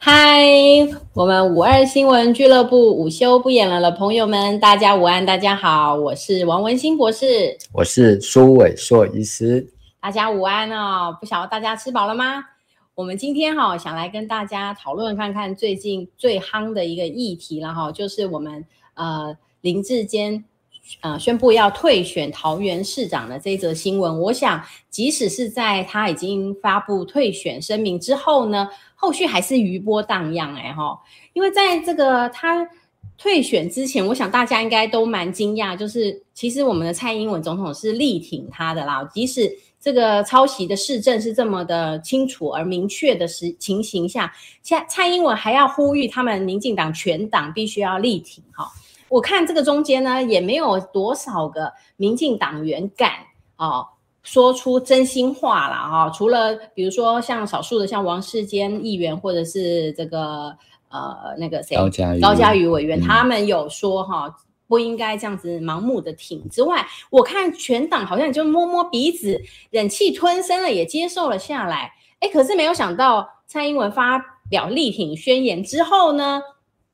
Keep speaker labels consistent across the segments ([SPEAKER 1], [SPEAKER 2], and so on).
[SPEAKER 1] 嗨，我们五二新闻俱乐部午休不演了了，朋友们，大家午安，大家好，我是王文新博士，
[SPEAKER 2] 我是苏伟硕医师。
[SPEAKER 1] 大家午安哦，不晓得大家吃饱了吗？我们今天哈、想来跟大家讨论看看最近最夯的一个议题了哈，就是我们呃林志坚呃宣布要退选桃园市长的这一则新闻。我想，即使是在他已经发布退选声明之后呢，后续还是余波荡漾哎哈，因为在这个他退选之前，我想大家应该都蛮惊讶，就是其实我们的蔡英文总统是力挺他的啦，即使这个抄袭的市政是这么的清楚而明确的实情形下，蔡蔡英文还要呼吁他们民进党全党必须要力挺哈、我看这个中间呢，也没有多少个民进党员敢哦说出真心话了哈、除了比如说像少数的像王世坚议员，或者是这个呃那个谁
[SPEAKER 2] 高嘉瑜
[SPEAKER 1] 高嘉瑜委员，
[SPEAKER 2] 嗯
[SPEAKER 1] 他们有说哈、不应该这样子盲目的挺之外，我看全党好像也就摸摸鼻子，忍气吞声了，也接受了下来。哎，可是没有想到蔡英文发表力挺宣言之后呢，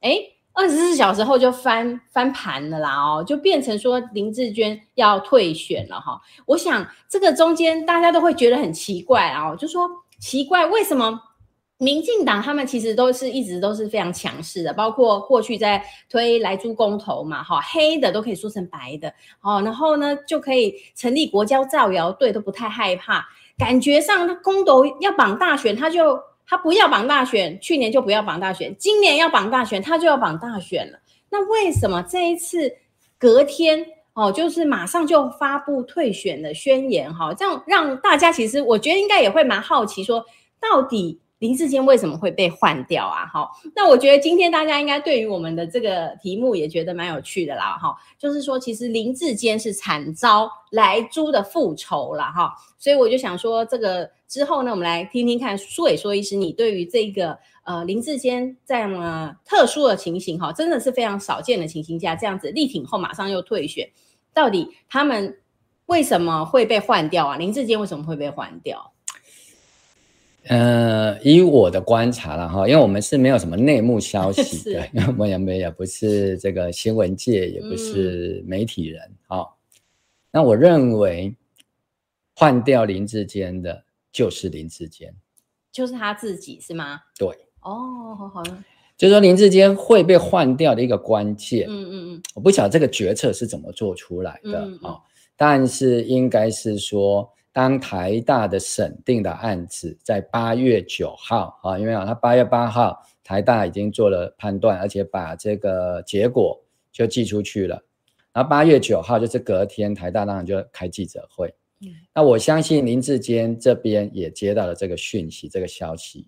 [SPEAKER 1] 哎，二十四小时后就翻翻盘了啦哦，就变成说林志娟要退选了哈。我想这个中间大家都会觉得很奇怪啊、哦，就说奇怪为什么？民进党他们其实都是一直都是非常强势的，包括过去在推莱猪公投嘛，哈，黑的都可以说成白的，哦，然后呢就可以成立国家造谣队，都不太害怕。感觉上他公投要绑大选，他就他不要绑大选，去年就不要绑大选，今年要绑大选，他就要绑大选了。那为什么这一次隔天哦，就是马上就发布退选的宣言哈、这样让大家其实我觉得应该也会蛮好奇说，到底林志坚为什么会被换掉啊？哈、那我觉得今天大家应该对于我们的这个题目也觉得蛮有趣的啦哈、就是说其实林志坚是惨遭莱猪的复仇啦哈、所以我就想说这个之后呢，我们来听听看苏伟说医师，你对于这个呃林志坚这样呃特殊的情形哈，真的是非常少见的情形下，这样子力挺后马上又退选，到底他们为什么会被换掉啊？林志坚为什么会被换掉？
[SPEAKER 2] 呃，依我的观察了哈，因为我们是没有什么内幕消息
[SPEAKER 1] 是
[SPEAKER 2] 的，我们也没也不是这个新闻界，也不是
[SPEAKER 1] 嗯
[SPEAKER 2] 媒体人啊、哦那我认为换掉林志坚的就是林志坚，
[SPEAKER 1] 就是他自己是吗？
[SPEAKER 2] 对，
[SPEAKER 1] 哦，好好，嗯
[SPEAKER 2] 就是说林志坚会被换掉的一个关键。
[SPEAKER 1] 嗯嗯
[SPEAKER 2] 我不晓得这个决策是怎么做出来的啊、
[SPEAKER 1] 嗯嗯
[SPEAKER 2] 哦但是应该是说，当台大的审定的案子在八月九号啊、因为啊，他八月八号台大已经做了判断，而且把这个结果就寄出去了。然后八月九号就是隔天，台大当然就开记者会。
[SPEAKER 1] 嗯
[SPEAKER 2] 那我相信林志坚这边也接到了这个讯息，这个消息。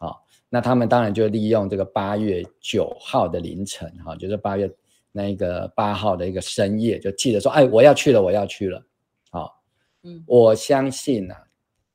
[SPEAKER 2] 好、那他们当然就利用这个八月九号的凌晨，哈、就是八月那个八号的一个深夜，就记得说，哎，我要去了，我要去了。好、
[SPEAKER 1] 嗯
[SPEAKER 2] 我相信啊，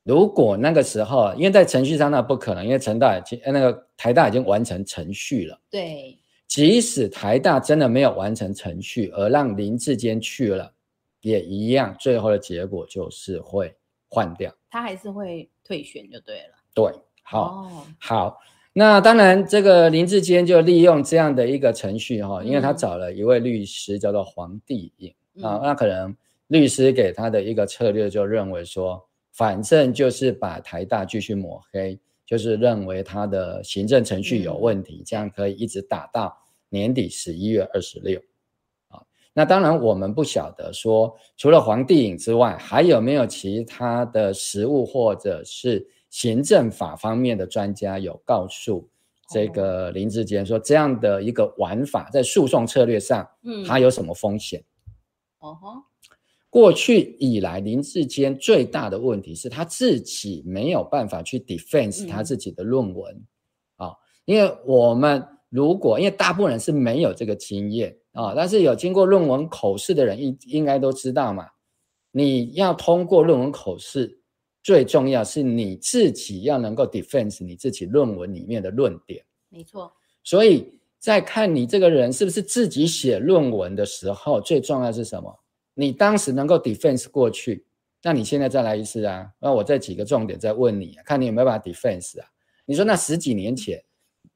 [SPEAKER 2] 如果那个时候，啊因为在程序上那不可能，因为成大已经呃那个台大已经完成程序了，
[SPEAKER 1] 对，
[SPEAKER 2] 即使台大真的没有完成程序，而让林志坚去了，也一样，最后的结果就是会换掉。
[SPEAKER 1] 他还是会退选就对了。
[SPEAKER 2] 对，好，
[SPEAKER 1] 哦，
[SPEAKER 2] 好，那当然，这个林志坚就利用这样的一个程序哈、因为他
[SPEAKER 1] 嗯
[SPEAKER 2] 找了一位律师叫做黄帝颖啊，
[SPEAKER 1] 嗯
[SPEAKER 2] 那可能律师给他的一个策略就认为说，反正就是把台大继续抹黑，就是认为他的行政程序有
[SPEAKER 1] 嗯
[SPEAKER 2] 问题，这样可以一直打到年底十一月二十六。啊，那当然，我们不晓得说，除了黄帝颖之外，还有没有其他的实务或者是行政法方面的专家有告诉这
[SPEAKER 1] 哦
[SPEAKER 2] 个林志坚说，这样的一个玩法在诉讼策略上，
[SPEAKER 1] 嗯，
[SPEAKER 2] 它有什么风险？
[SPEAKER 1] 哦吼，
[SPEAKER 2] 过去以来，林志坚最大的问题是他自己没有办法去 defense
[SPEAKER 1] 嗯
[SPEAKER 2] 他自己的论文啊、因为我们如果因为大部分人是没有这个经验啊、但是有经过论文口试的人应应该都知道嘛，你要通过论文口试，最重要是你自己要能够 defense 你自己论文里面的论点。
[SPEAKER 1] 没错，
[SPEAKER 2] 所以在看你这个人是不是自己写论文的时候，最重要的是什么？你当时能够 defense 过去，那你现在再来一次啊？那我这几个重点再问你、啊看你有没有办法 defense 啊？你说那十几年前，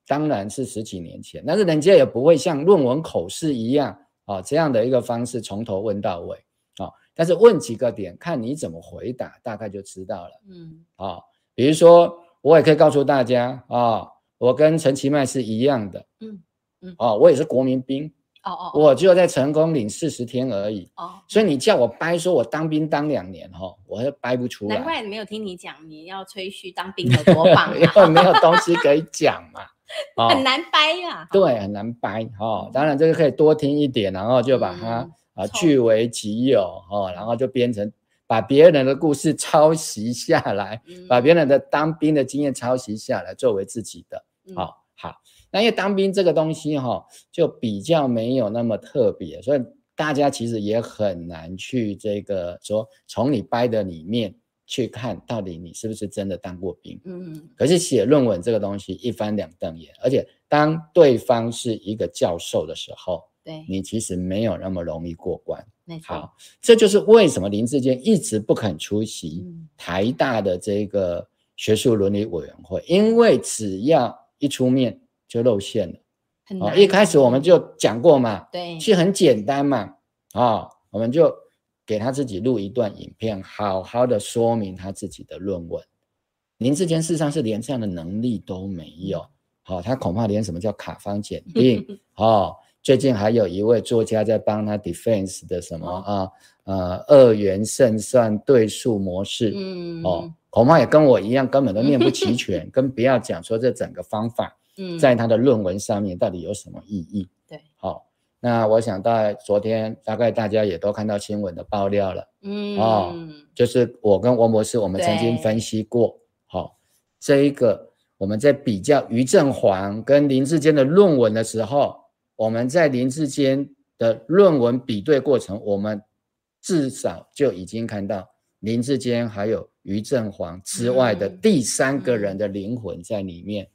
[SPEAKER 2] 当然是十几年前，但是人家也不会像论文口试一样啊、这样的一个方式从头问到尾啊、但是问几个点，看你怎么回答，大概就知道了。
[SPEAKER 1] 嗯
[SPEAKER 2] 啊、比如说，我也可以告诉大家啊、我跟陈其迈是一样的，
[SPEAKER 1] 嗯嗯
[SPEAKER 2] 啊、我也是国民兵，
[SPEAKER 1] 哦哦哦
[SPEAKER 2] 我只有在成功领四十天而已，
[SPEAKER 1] 哦，
[SPEAKER 2] 所以你叫我掰，说我当兵当两年哈、哦，我还掰不出
[SPEAKER 1] 难
[SPEAKER 2] 来，
[SPEAKER 1] 怪没有听你讲你要吹嘘当兵有多棒
[SPEAKER 2] 因
[SPEAKER 1] 啊，
[SPEAKER 2] 为没有东西可以讲 嘛，啊、
[SPEAKER 1] 很难掰啊。
[SPEAKER 2] 对，很难掰哈、哦。当然这个可以多听一点，然后就把它
[SPEAKER 1] 嗯
[SPEAKER 2] 啊
[SPEAKER 1] 凑
[SPEAKER 2] 据为己有哦，然后就变成把别人的故事 抄袭下来，
[SPEAKER 1] 嗯
[SPEAKER 2] 把别人的当兵的经验抄袭下来作为自己的。
[SPEAKER 1] 嗯
[SPEAKER 2] 好、好，那因为当兵这个东西哈、就比较没有那么特别，所以大家其实也很难去这个说从你掰的里面去看到底你是不是真的当过兵。
[SPEAKER 1] 嗯
[SPEAKER 2] 可是写论文这个东西一翻两瞪眼，而且当对方是一个教授的时候，
[SPEAKER 1] 对，
[SPEAKER 2] 你其实没有那么容易过关。
[SPEAKER 1] 没错，
[SPEAKER 2] 好，这就是为什么林志坚一直不肯出席。
[SPEAKER 1] 嗯
[SPEAKER 2] 台大的这个学术伦理委员会，因为只要一出面就露馅了。
[SPEAKER 1] 很
[SPEAKER 2] 哦，
[SPEAKER 1] 难。啊
[SPEAKER 2] 一开始我们就讲过嘛，
[SPEAKER 1] 对，
[SPEAKER 2] 其实很简单嘛，啊、我们就给他自己录一段影片，好好的说明他自己的论文。林志坚事实上是连这样的能力都没有，好、他恐怕连什么叫卡方检定，哦，最近还有一位作家在帮他 defense 的什么啊、呃二元胜算对数模式，
[SPEAKER 1] 嗯
[SPEAKER 2] 哦，恐怕也跟我一样，根本都念不齐 全，更不要讲说这整个方法
[SPEAKER 1] 嗯
[SPEAKER 2] 在他的论文上面到底有什么意义。
[SPEAKER 1] 对，
[SPEAKER 2] 好、那我想到昨天大概大家也都看到新闻的爆料了，
[SPEAKER 1] 嗯
[SPEAKER 2] 哦就是我跟王博士我们曾经
[SPEAKER 1] 对
[SPEAKER 2] 分析过，好、这一个我们在比较于正煌跟林志坚的论文的时候，我们在林志坚的论文比对过程，我们至少就已经看到林志坚还有于正煌之外的
[SPEAKER 1] 嗯
[SPEAKER 2] 第三个人的灵魂在里面，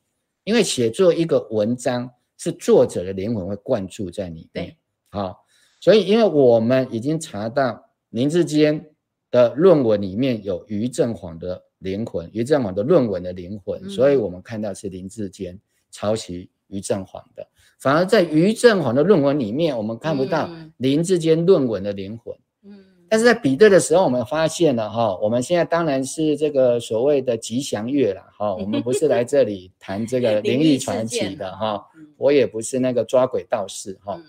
[SPEAKER 2] 因为写作一个文章是作者的灵魂会灌注在里面
[SPEAKER 1] 对，
[SPEAKER 2] 好、啊所以因为我们已经查到林志坚的论文里面有于正煌的灵魂，于正煌的论文的灵魂，
[SPEAKER 1] 嗯
[SPEAKER 2] 所以我们看到是林志坚抄袭于正煌的，反而在于正煌的论文里面，我们看不到
[SPEAKER 1] 嗯
[SPEAKER 2] 林志坚论文的灵魂。
[SPEAKER 1] 嗯，
[SPEAKER 2] 但是在比对的时候，我们发现了哈，我们现在当然是这个所谓的吉祥乐了哈，我们不是来这里谈 这个灵异传奇的哈，，
[SPEAKER 1] 灵异事件啊
[SPEAKER 2] 我哦也不是那个抓鬼道士哈，
[SPEAKER 1] 嗯嗯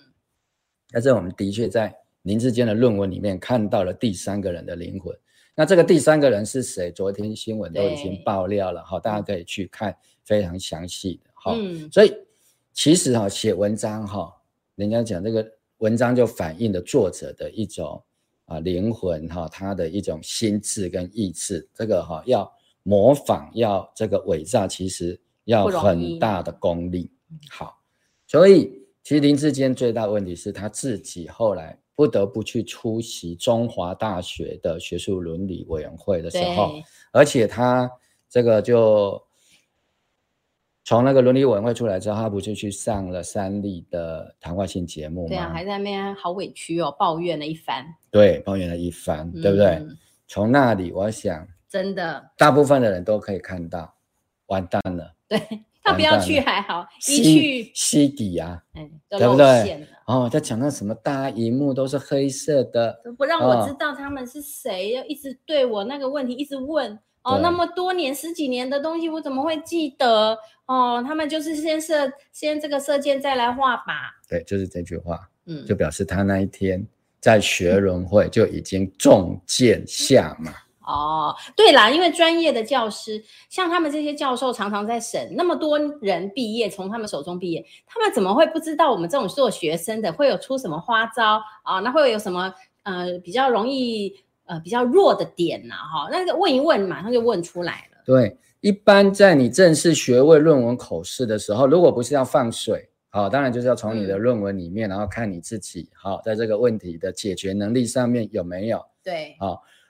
[SPEAKER 2] 但是我们的确在林志坚的论文里面看到了第三个人的灵魂。那这个第三个人是谁？昨天新闻都已经
[SPEAKER 1] 对
[SPEAKER 2] 爆料了哈，大家可以去看，非常详细的哈。
[SPEAKER 1] 嗯，
[SPEAKER 2] 所以其实哈、写文章哈、人家讲这个文章就反映了作者的一种啊灵魂哈、他的一种心智跟意志，这个哈、要模仿要这个伪造，其实要
[SPEAKER 1] 不容
[SPEAKER 2] 很
[SPEAKER 1] 易嗯
[SPEAKER 2] 大的功力。好，所以其实林志坚最大的问题是他自己后来。不得不去出席中华大学的学术伦理哦委员会的时候，
[SPEAKER 1] 对，
[SPEAKER 2] 而且他这个就从那个伦理委员会出来之后，他不是去上了三立的谈话性节目吗？
[SPEAKER 1] 对啊，还在那边好委屈哦，抱怨了一番，
[SPEAKER 2] 对抱怨了一番，对不对？
[SPEAKER 1] 嗯
[SPEAKER 2] 从那里，我想
[SPEAKER 1] 真的，
[SPEAKER 2] 大部分的人都可以看到，完蛋了，
[SPEAKER 1] 他
[SPEAKER 2] 完
[SPEAKER 1] 不要
[SPEAKER 2] 蛋
[SPEAKER 1] 去
[SPEAKER 2] 了
[SPEAKER 1] 还好，一
[SPEAKER 2] 西
[SPEAKER 1] 去，
[SPEAKER 2] 西底啊，
[SPEAKER 1] 哎，都
[SPEAKER 2] 对不
[SPEAKER 1] 露
[SPEAKER 2] 对
[SPEAKER 1] 馅了。
[SPEAKER 2] 哦，在讲到什么大荧幕都是黑色的，
[SPEAKER 1] 都不让我
[SPEAKER 2] 啊
[SPEAKER 1] 知道他们是谁，要一直对我那个问题一直问。哦，
[SPEAKER 2] 对
[SPEAKER 1] 那么多年十几年的东西，我怎么会记得？哦，他们就是先射，先这个射箭，再来画靶。
[SPEAKER 2] 对，就是这句话，
[SPEAKER 1] 嗯，
[SPEAKER 2] 就表示他那一天在学伦会就已经中箭下马，
[SPEAKER 1] 哦，对啦，因为专业的教师，像他们这些教授，常常在审那么多人毕业，从他们手中毕业，他们怎么会不知道我们这种做学生的会有出什么花招啊？那会有什么呃比较容易呃比较弱的点呐、哈、那个问一问，马上就问出来了。
[SPEAKER 2] 对，一般在你正式学位论文口试的时候，如果不是要放水，好、当然就是要从你的
[SPEAKER 1] 嗯
[SPEAKER 2] 论文里面，然后看你自己好、在这个问题的解决能力上面有没有。
[SPEAKER 1] 对，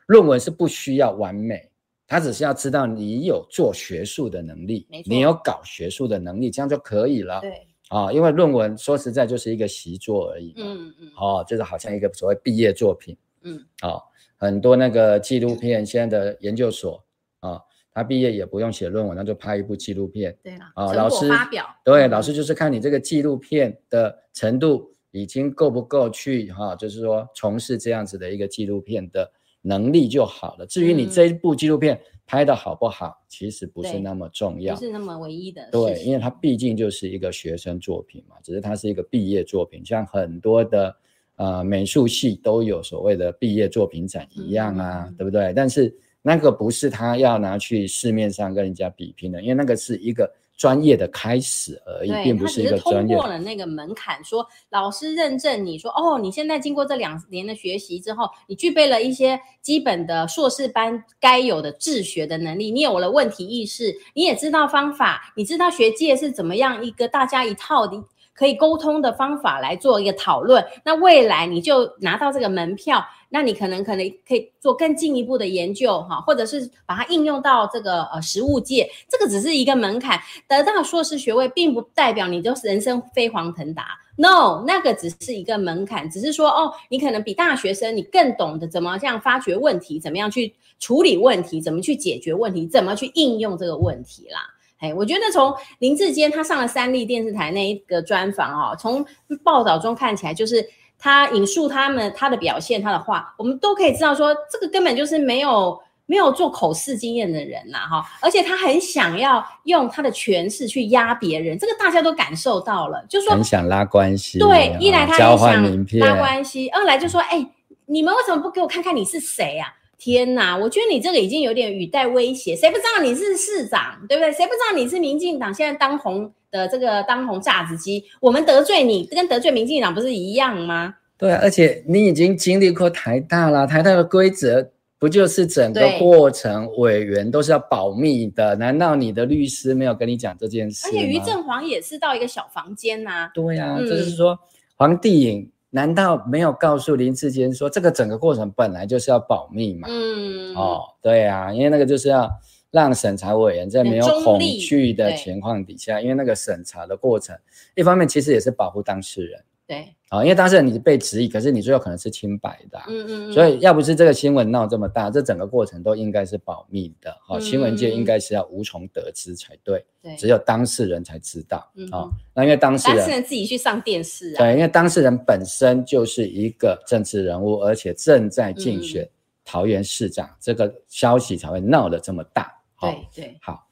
[SPEAKER 2] 论文是不需要完美，它只是要知道你有做学术的能力
[SPEAKER 1] 没，错
[SPEAKER 2] 你有搞学术的能力，这样就可以了。
[SPEAKER 1] 对，
[SPEAKER 2] 啊、因为论文说实在就是一个习作而已。。
[SPEAKER 1] 嗯嗯
[SPEAKER 2] 哦，就是好像一个所谓毕业作品，
[SPEAKER 1] 嗯，
[SPEAKER 2] 哦，很多那个纪录片现在的研究所啊、他毕业也不用写论文，他就拍一部纪录片，
[SPEAKER 1] 对啦，
[SPEAKER 2] 哦
[SPEAKER 1] 成
[SPEAKER 2] 老
[SPEAKER 1] 果
[SPEAKER 2] 师
[SPEAKER 1] 发表，
[SPEAKER 2] 对，
[SPEAKER 1] 嗯
[SPEAKER 2] 老师就是看你这个纪录片的程度已经够不够去哈、就是说从事这样子的一个纪录片的能力就好了。至于你
[SPEAKER 1] 嗯
[SPEAKER 2] 这一部纪录片拍的好不好，其实不是
[SPEAKER 1] 对
[SPEAKER 2] 那么重要
[SPEAKER 1] 不。是那么唯一的事
[SPEAKER 2] 对，
[SPEAKER 1] 情
[SPEAKER 2] 因为它毕竟就是一个学生作品嘛，只是它是一个毕业作品，像很多的呃美术系都有所谓的毕业作品展一样啊，
[SPEAKER 1] 嗯
[SPEAKER 2] 对不对？但是那个不是他要拿去市面上跟人家比拼的，因为那个是一个专业的开始而已，
[SPEAKER 1] 对
[SPEAKER 2] 并不
[SPEAKER 1] 他
[SPEAKER 2] 是
[SPEAKER 1] 只
[SPEAKER 2] 一个
[SPEAKER 1] 通
[SPEAKER 2] 专业
[SPEAKER 1] 过。了那个门槛，说老师认证你说哦，你现在经过这两年的学习之后，你具备了一些基本的硕士班该有的治学的能力，你有了问题意识，你也知道方法，你知道学界是怎么样一个大家一套的。可以沟通的方法来做一个讨论，那未来你就拿到这个门票，那你可能可能可以做更进一步的研究哈，或者是把它应用到这个呃实物界，这个只是一个门槛，得到硕士学位并不代表你就是人生飞黄腾达，no，那个只是一个门槛，只是说哦，你可能比大学生你更懂得怎么样发掘问题，怎么样去处理问题，怎么去解决问题，怎么去应用这个问题啦。哎，我觉得从林志坚他上了三立电视台那一个专访哦，从报道中看起来就是。他引述他们他的表现，他的话，我们都可以知道说，这个根本就是没有没有做口试经验的人呐、哈，而且他很想要用他的权势去压别人，这个大家都感受到了，就说
[SPEAKER 2] 很想拉关系，
[SPEAKER 1] 对
[SPEAKER 2] 啊，
[SPEAKER 1] 一来他
[SPEAKER 2] 交
[SPEAKER 1] 很
[SPEAKER 2] 换名
[SPEAKER 1] 想
[SPEAKER 2] 片，
[SPEAKER 1] 拉关系，二来就说，哎、你们为什么不给我看看你是谁啊？天呐，我觉得你这个已经有点语带威胁，谁不知道你是市长，对不对？谁不知道你是民进党现在当红的这个当红炸子鸡？我们得罪你，跟得罪民进党不是一样吗？
[SPEAKER 2] 对，啊而且你已经经历过台大啦，台大的规则不就是整个
[SPEAKER 1] 对
[SPEAKER 2] 过程委员都是要保密的？难道你的律师没有跟你讲这件事
[SPEAKER 1] 而
[SPEAKER 2] 吗？
[SPEAKER 1] 且于正煌也是到一个小房间呐、
[SPEAKER 2] 对呀、
[SPEAKER 1] 嗯
[SPEAKER 2] 这就是说黄帝颖难道没有告诉林志坚说这个整个过程本来就是要保密嘛？
[SPEAKER 1] 嗯，
[SPEAKER 2] 哦，对呀、因为那个就是要让审查委员在没有
[SPEAKER 1] 很中
[SPEAKER 2] 恐
[SPEAKER 1] 立
[SPEAKER 2] 惧的
[SPEAKER 1] 对
[SPEAKER 2] 情况底下，因为那个审查的过程，一方面其实也是保护当事人
[SPEAKER 1] 对，
[SPEAKER 2] 啊、因为当事人你被质疑，可是你最后可能是清白的啊、
[SPEAKER 1] 嗯嗯嗯，
[SPEAKER 2] 所以要不是这个新闻闹这么大，这整个过程都应该是保密的。好、
[SPEAKER 1] 嗯
[SPEAKER 2] 新闻界应该是要无从得知才对，
[SPEAKER 1] 对，
[SPEAKER 2] 只有哦当事人才知道。
[SPEAKER 1] 嗯
[SPEAKER 2] 好、
[SPEAKER 1] 哼
[SPEAKER 2] 那因为当事
[SPEAKER 1] 但
[SPEAKER 2] 人
[SPEAKER 1] 是自己去上电视啊，
[SPEAKER 2] 对，因为当事人本身就是一个政治人物，而且正在竞
[SPEAKER 1] 嗯
[SPEAKER 2] 选桃园市长，这个消息才会闹得这么大。好、
[SPEAKER 1] 对对，
[SPEAKER 2] 好。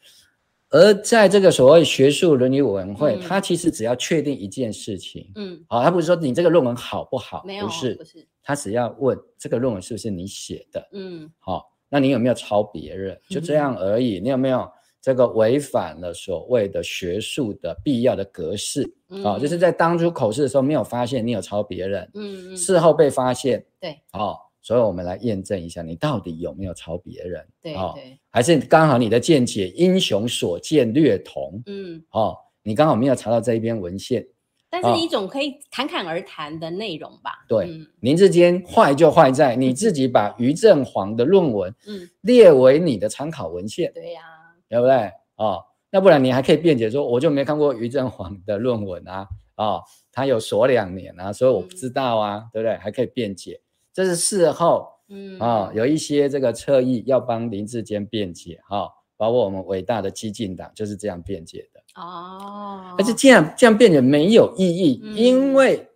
[SPEAKER 2] 而在这个所谓学术伦理委员会，
[SPEAKER 1] 嗯
[SPEAKER 2] 它其实只要确定一件事情，
[SPEAKER 1] 嗯，
[SPEAKER 2] 好、它不是说你这个论文好不好，
[SPEAKER 1] 没有，
[SPEAKER 2] 不是
[SPEAKER 1] 不，是，
[SPEAKER 2] 它只要问这个论文是不是你写的，
[SPEAKER 1] 嗯，
[SPEAKER 2] 好、那你有没有抄别人？就这样而已。你有没有这个违反了所谓的学术的必要的格式
[SPEAKER 1] 嗯
[SPEAKER 2] 啊、就是在当初口试的时候没有发现你有抄别人，
[SPEAKER 1] 嗯嗯，
[SPEAKER 2] 事后被发现，
[SPEAKER 1] 对，
[SPEAKER 2] 哦，所以我们来验证一下你到底有没有抄别人，
[SPEAKER 1] 对
[SPEAKER 2] 哦
[SPEAKER 1] 对，
[SPEAKER 2] 还是刚好你的见解英雄所见略同
[SPEAKER 1] 嗯，
[SPEAKER 2] 哦，你刚好没有查到这一篇文献。
[SPEAKER 1] 但是一种可以侃侃而谈的内容吧，
[SPEAKER 2] 啊对
[SPEAKER 1] 嗯
[SPEAKER 2] 林志坚坏就坏在你自己把于正煌的论文
[SPEAKER 1] 嗯，
[SPEAKER 2] 列为你的参考文献，
[SPEAKER 1] 对呀，
[SPEAKER 2] 对不对？哦，那不然你还可以辩解说，我就没看过于振煌的论文啊，哦，他有锁两年啊，所以我不知道啊，对不对？还可以辩解，这是事后
[SPEAKER 1] 嗯
[SPEAKER 2] 啊、有一些这个侧翼要帮林志坚辩解哈、包括我们伟大的激进党就是这样辩解的，
[SPEAKER 1] 哦，
[SPEAKER 2] 但是这样这样辩解没有意义，
[SPEAKER 1] 嗯
[SPEAKER 2] 因为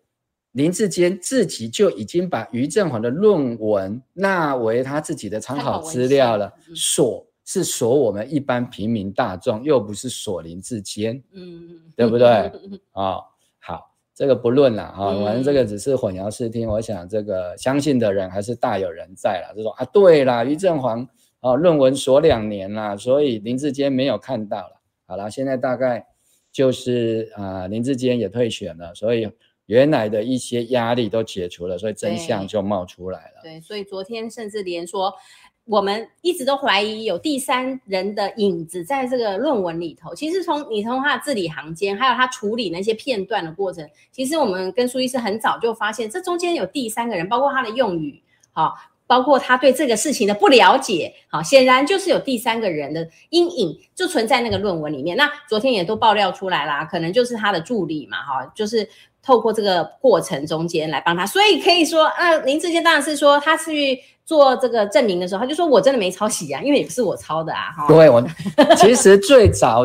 [SPEAKER 2] 林志坚自己就已经把于振煌的论文纳为他自己的参
[SPEAKER 1] 参考
[SPEAKER 2] 考
[SPEAKER 1] 文
[SPEAKER 2] 资料
[SPEAKER 1] 献
[SPEAKER 2] 了，
[SPEAKER 1] 嗯
[SPEAKER 2] 锁是锁我们一般平民大众，又不是锁林志坚。
[SPEAKER 1] 嗯，
[SPEAKER 2] 对不对 哦，好，这个不论了啊，
[SPEAKER 1] 嗯
[SPEAKER 2] 反正这个只是混淆视听。我想这个相信的人还是大有人在了，就说啊，对啦，于振煌哦，论文锁两年啦，所以林志坚没有看到了。好了，现在大概就是啊、林志坚也退选了，所以原来的一些压力都解除了，所以真相
[SPEAKER 1] 对
[SPEAKER 2] 就冒出来了。
[SPEAKER 1] 对，所以昨天甚至连说，我们一直都怀疑有第三人的影子在这个论文里头。其实从你从他的字里行间，还有他处理那些片段的过程，其实我们跟苏医师很早就发现，这中间有第三个人，包括他的用语，好、包括他对这个事情的不了解，好、显然就是有第三个人的阴影就存在那个论文里面。那昨天也都爆料出来啦，可能就是他的助理嘛，哈、就是透过这个过程中间来帮他，所以可以说，呃，林志坚当然是说他去做这个证明的时候，他就说我真的没抄袭啊，因为也不是我抄的啊，哈、
[SPEAKER 2] 对我，其实最早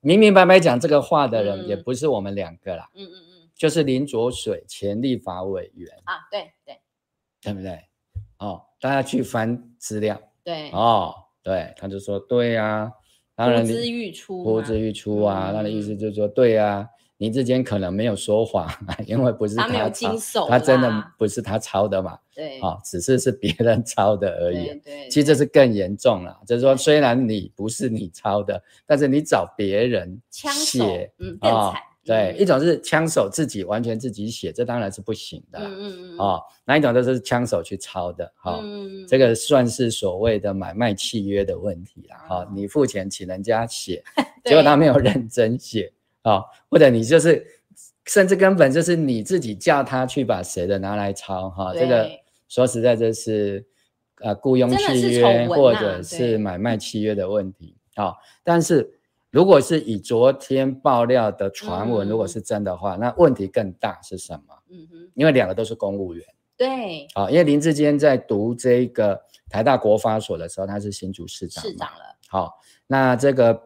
[SPEAKER 2] 明明白白讲这个话的
[SPEAKER 1] 嗯
[SPEAKER 2] 人，也不是我们两个啦，
[SPEAKER 1] 嗯嗯嗯，
[SPEAKER 2] 就是林卓水前立法委员。
[SPEAKER 1] 啊，对对
[SPEAKER 2] 对不对？哦，大家去翻资料
[SPEAKER 1] 对，
[SPEAKER 2] 哦，对，他就说对啊，当
[SPEAKER 1] 呼
[SPEAKER 2] 然
[SPEAKER 1] 之
[SPEAKER 2] 你
[SPEAKER 1] 欲出嘛，
[SPEAKER 2] 呼之欲出啊，那的意思
[SPEAKER 1] 嗯
[SPEAKER 2] 就是说对啊，林志坚可能没有说谎，啊因为不是
[SPEAKER 1] 他没有
[SPEAKER 2] 抄
[SPEAKER 1] 经，手啦，
[SPEAKER 2] 他真的不是他抄的嘛，
[SPEAKER 1] 对，
[SPEAKER 2] 哦，只是是别人 抄的而
[SPEAKER 1] 对
[SPEAKER 2] 已。啊
[SPEAKER 1] 对，
[SPEAKER 2] 其实这是更严重了，就是说虽然你不是你抄的，但是你找别人
[SPEAKER 1] 枪手
[SPEAKER 2] 写，，
[SPEAKER 1] 嗯，更
[SPEAKER 2] 哦
[SPEAKER 1] 惨，
[SPEAKER 2] 对，
[SPEAKER 1] 嗯
[SPEAKER 2] 一种是枪手自己完全自己写，这当然是不行的啦。
[SPEAKER 1] 嗯嗯嗯，
[SPEAKER 2] 哦，那一种都是枪手去抄的，哦哈、
[SPEAKER 1] 嗯，
[SPEAKER 2] 这个算是所谓的买卖契约的问题啦，哈、
[SPEAKER 1] 哦
[SPEAKER 2] 你付钱请人家写，
[SPEAKER 1] 对
[SPEAKER 2] 结果他没有认真写，哦，或者你就是，甚至根本就是你自己叫他去把谁的拿来抄，哈、这个
[SPEAKER 1] 对
[SPEAKER 2] 说实在这是，呃，雇佣
[SPEAKER 1] 真的是
[SPEAKER 2] 契
[SPEAKER 1] 丑闻
[SPEAKER 2] 约或
[SPEAKER 1] 呐
[SPEAKER 2] 者
[SPEAKER 1] 对
[SPEAKER 2] 是买卖契约的问题，啊、但是。如果是以昨天爆料的传闻，如果
[SPEAKER 1] 嗯
[SPEAKER 2] 是真的话，那问题更大是什么？
[SPEAKER 1] 嗯哼，
[SPEAKER 2] 因为两个都是公务员。
[SPEAKER 1] 对，
[SPEAKER 2] 啊，因为林志坚在读这个台大国发所的时候，他是新竹市长。
[SPEAKER 1] 市。长了，
[SPEAKER 2] 好、那这个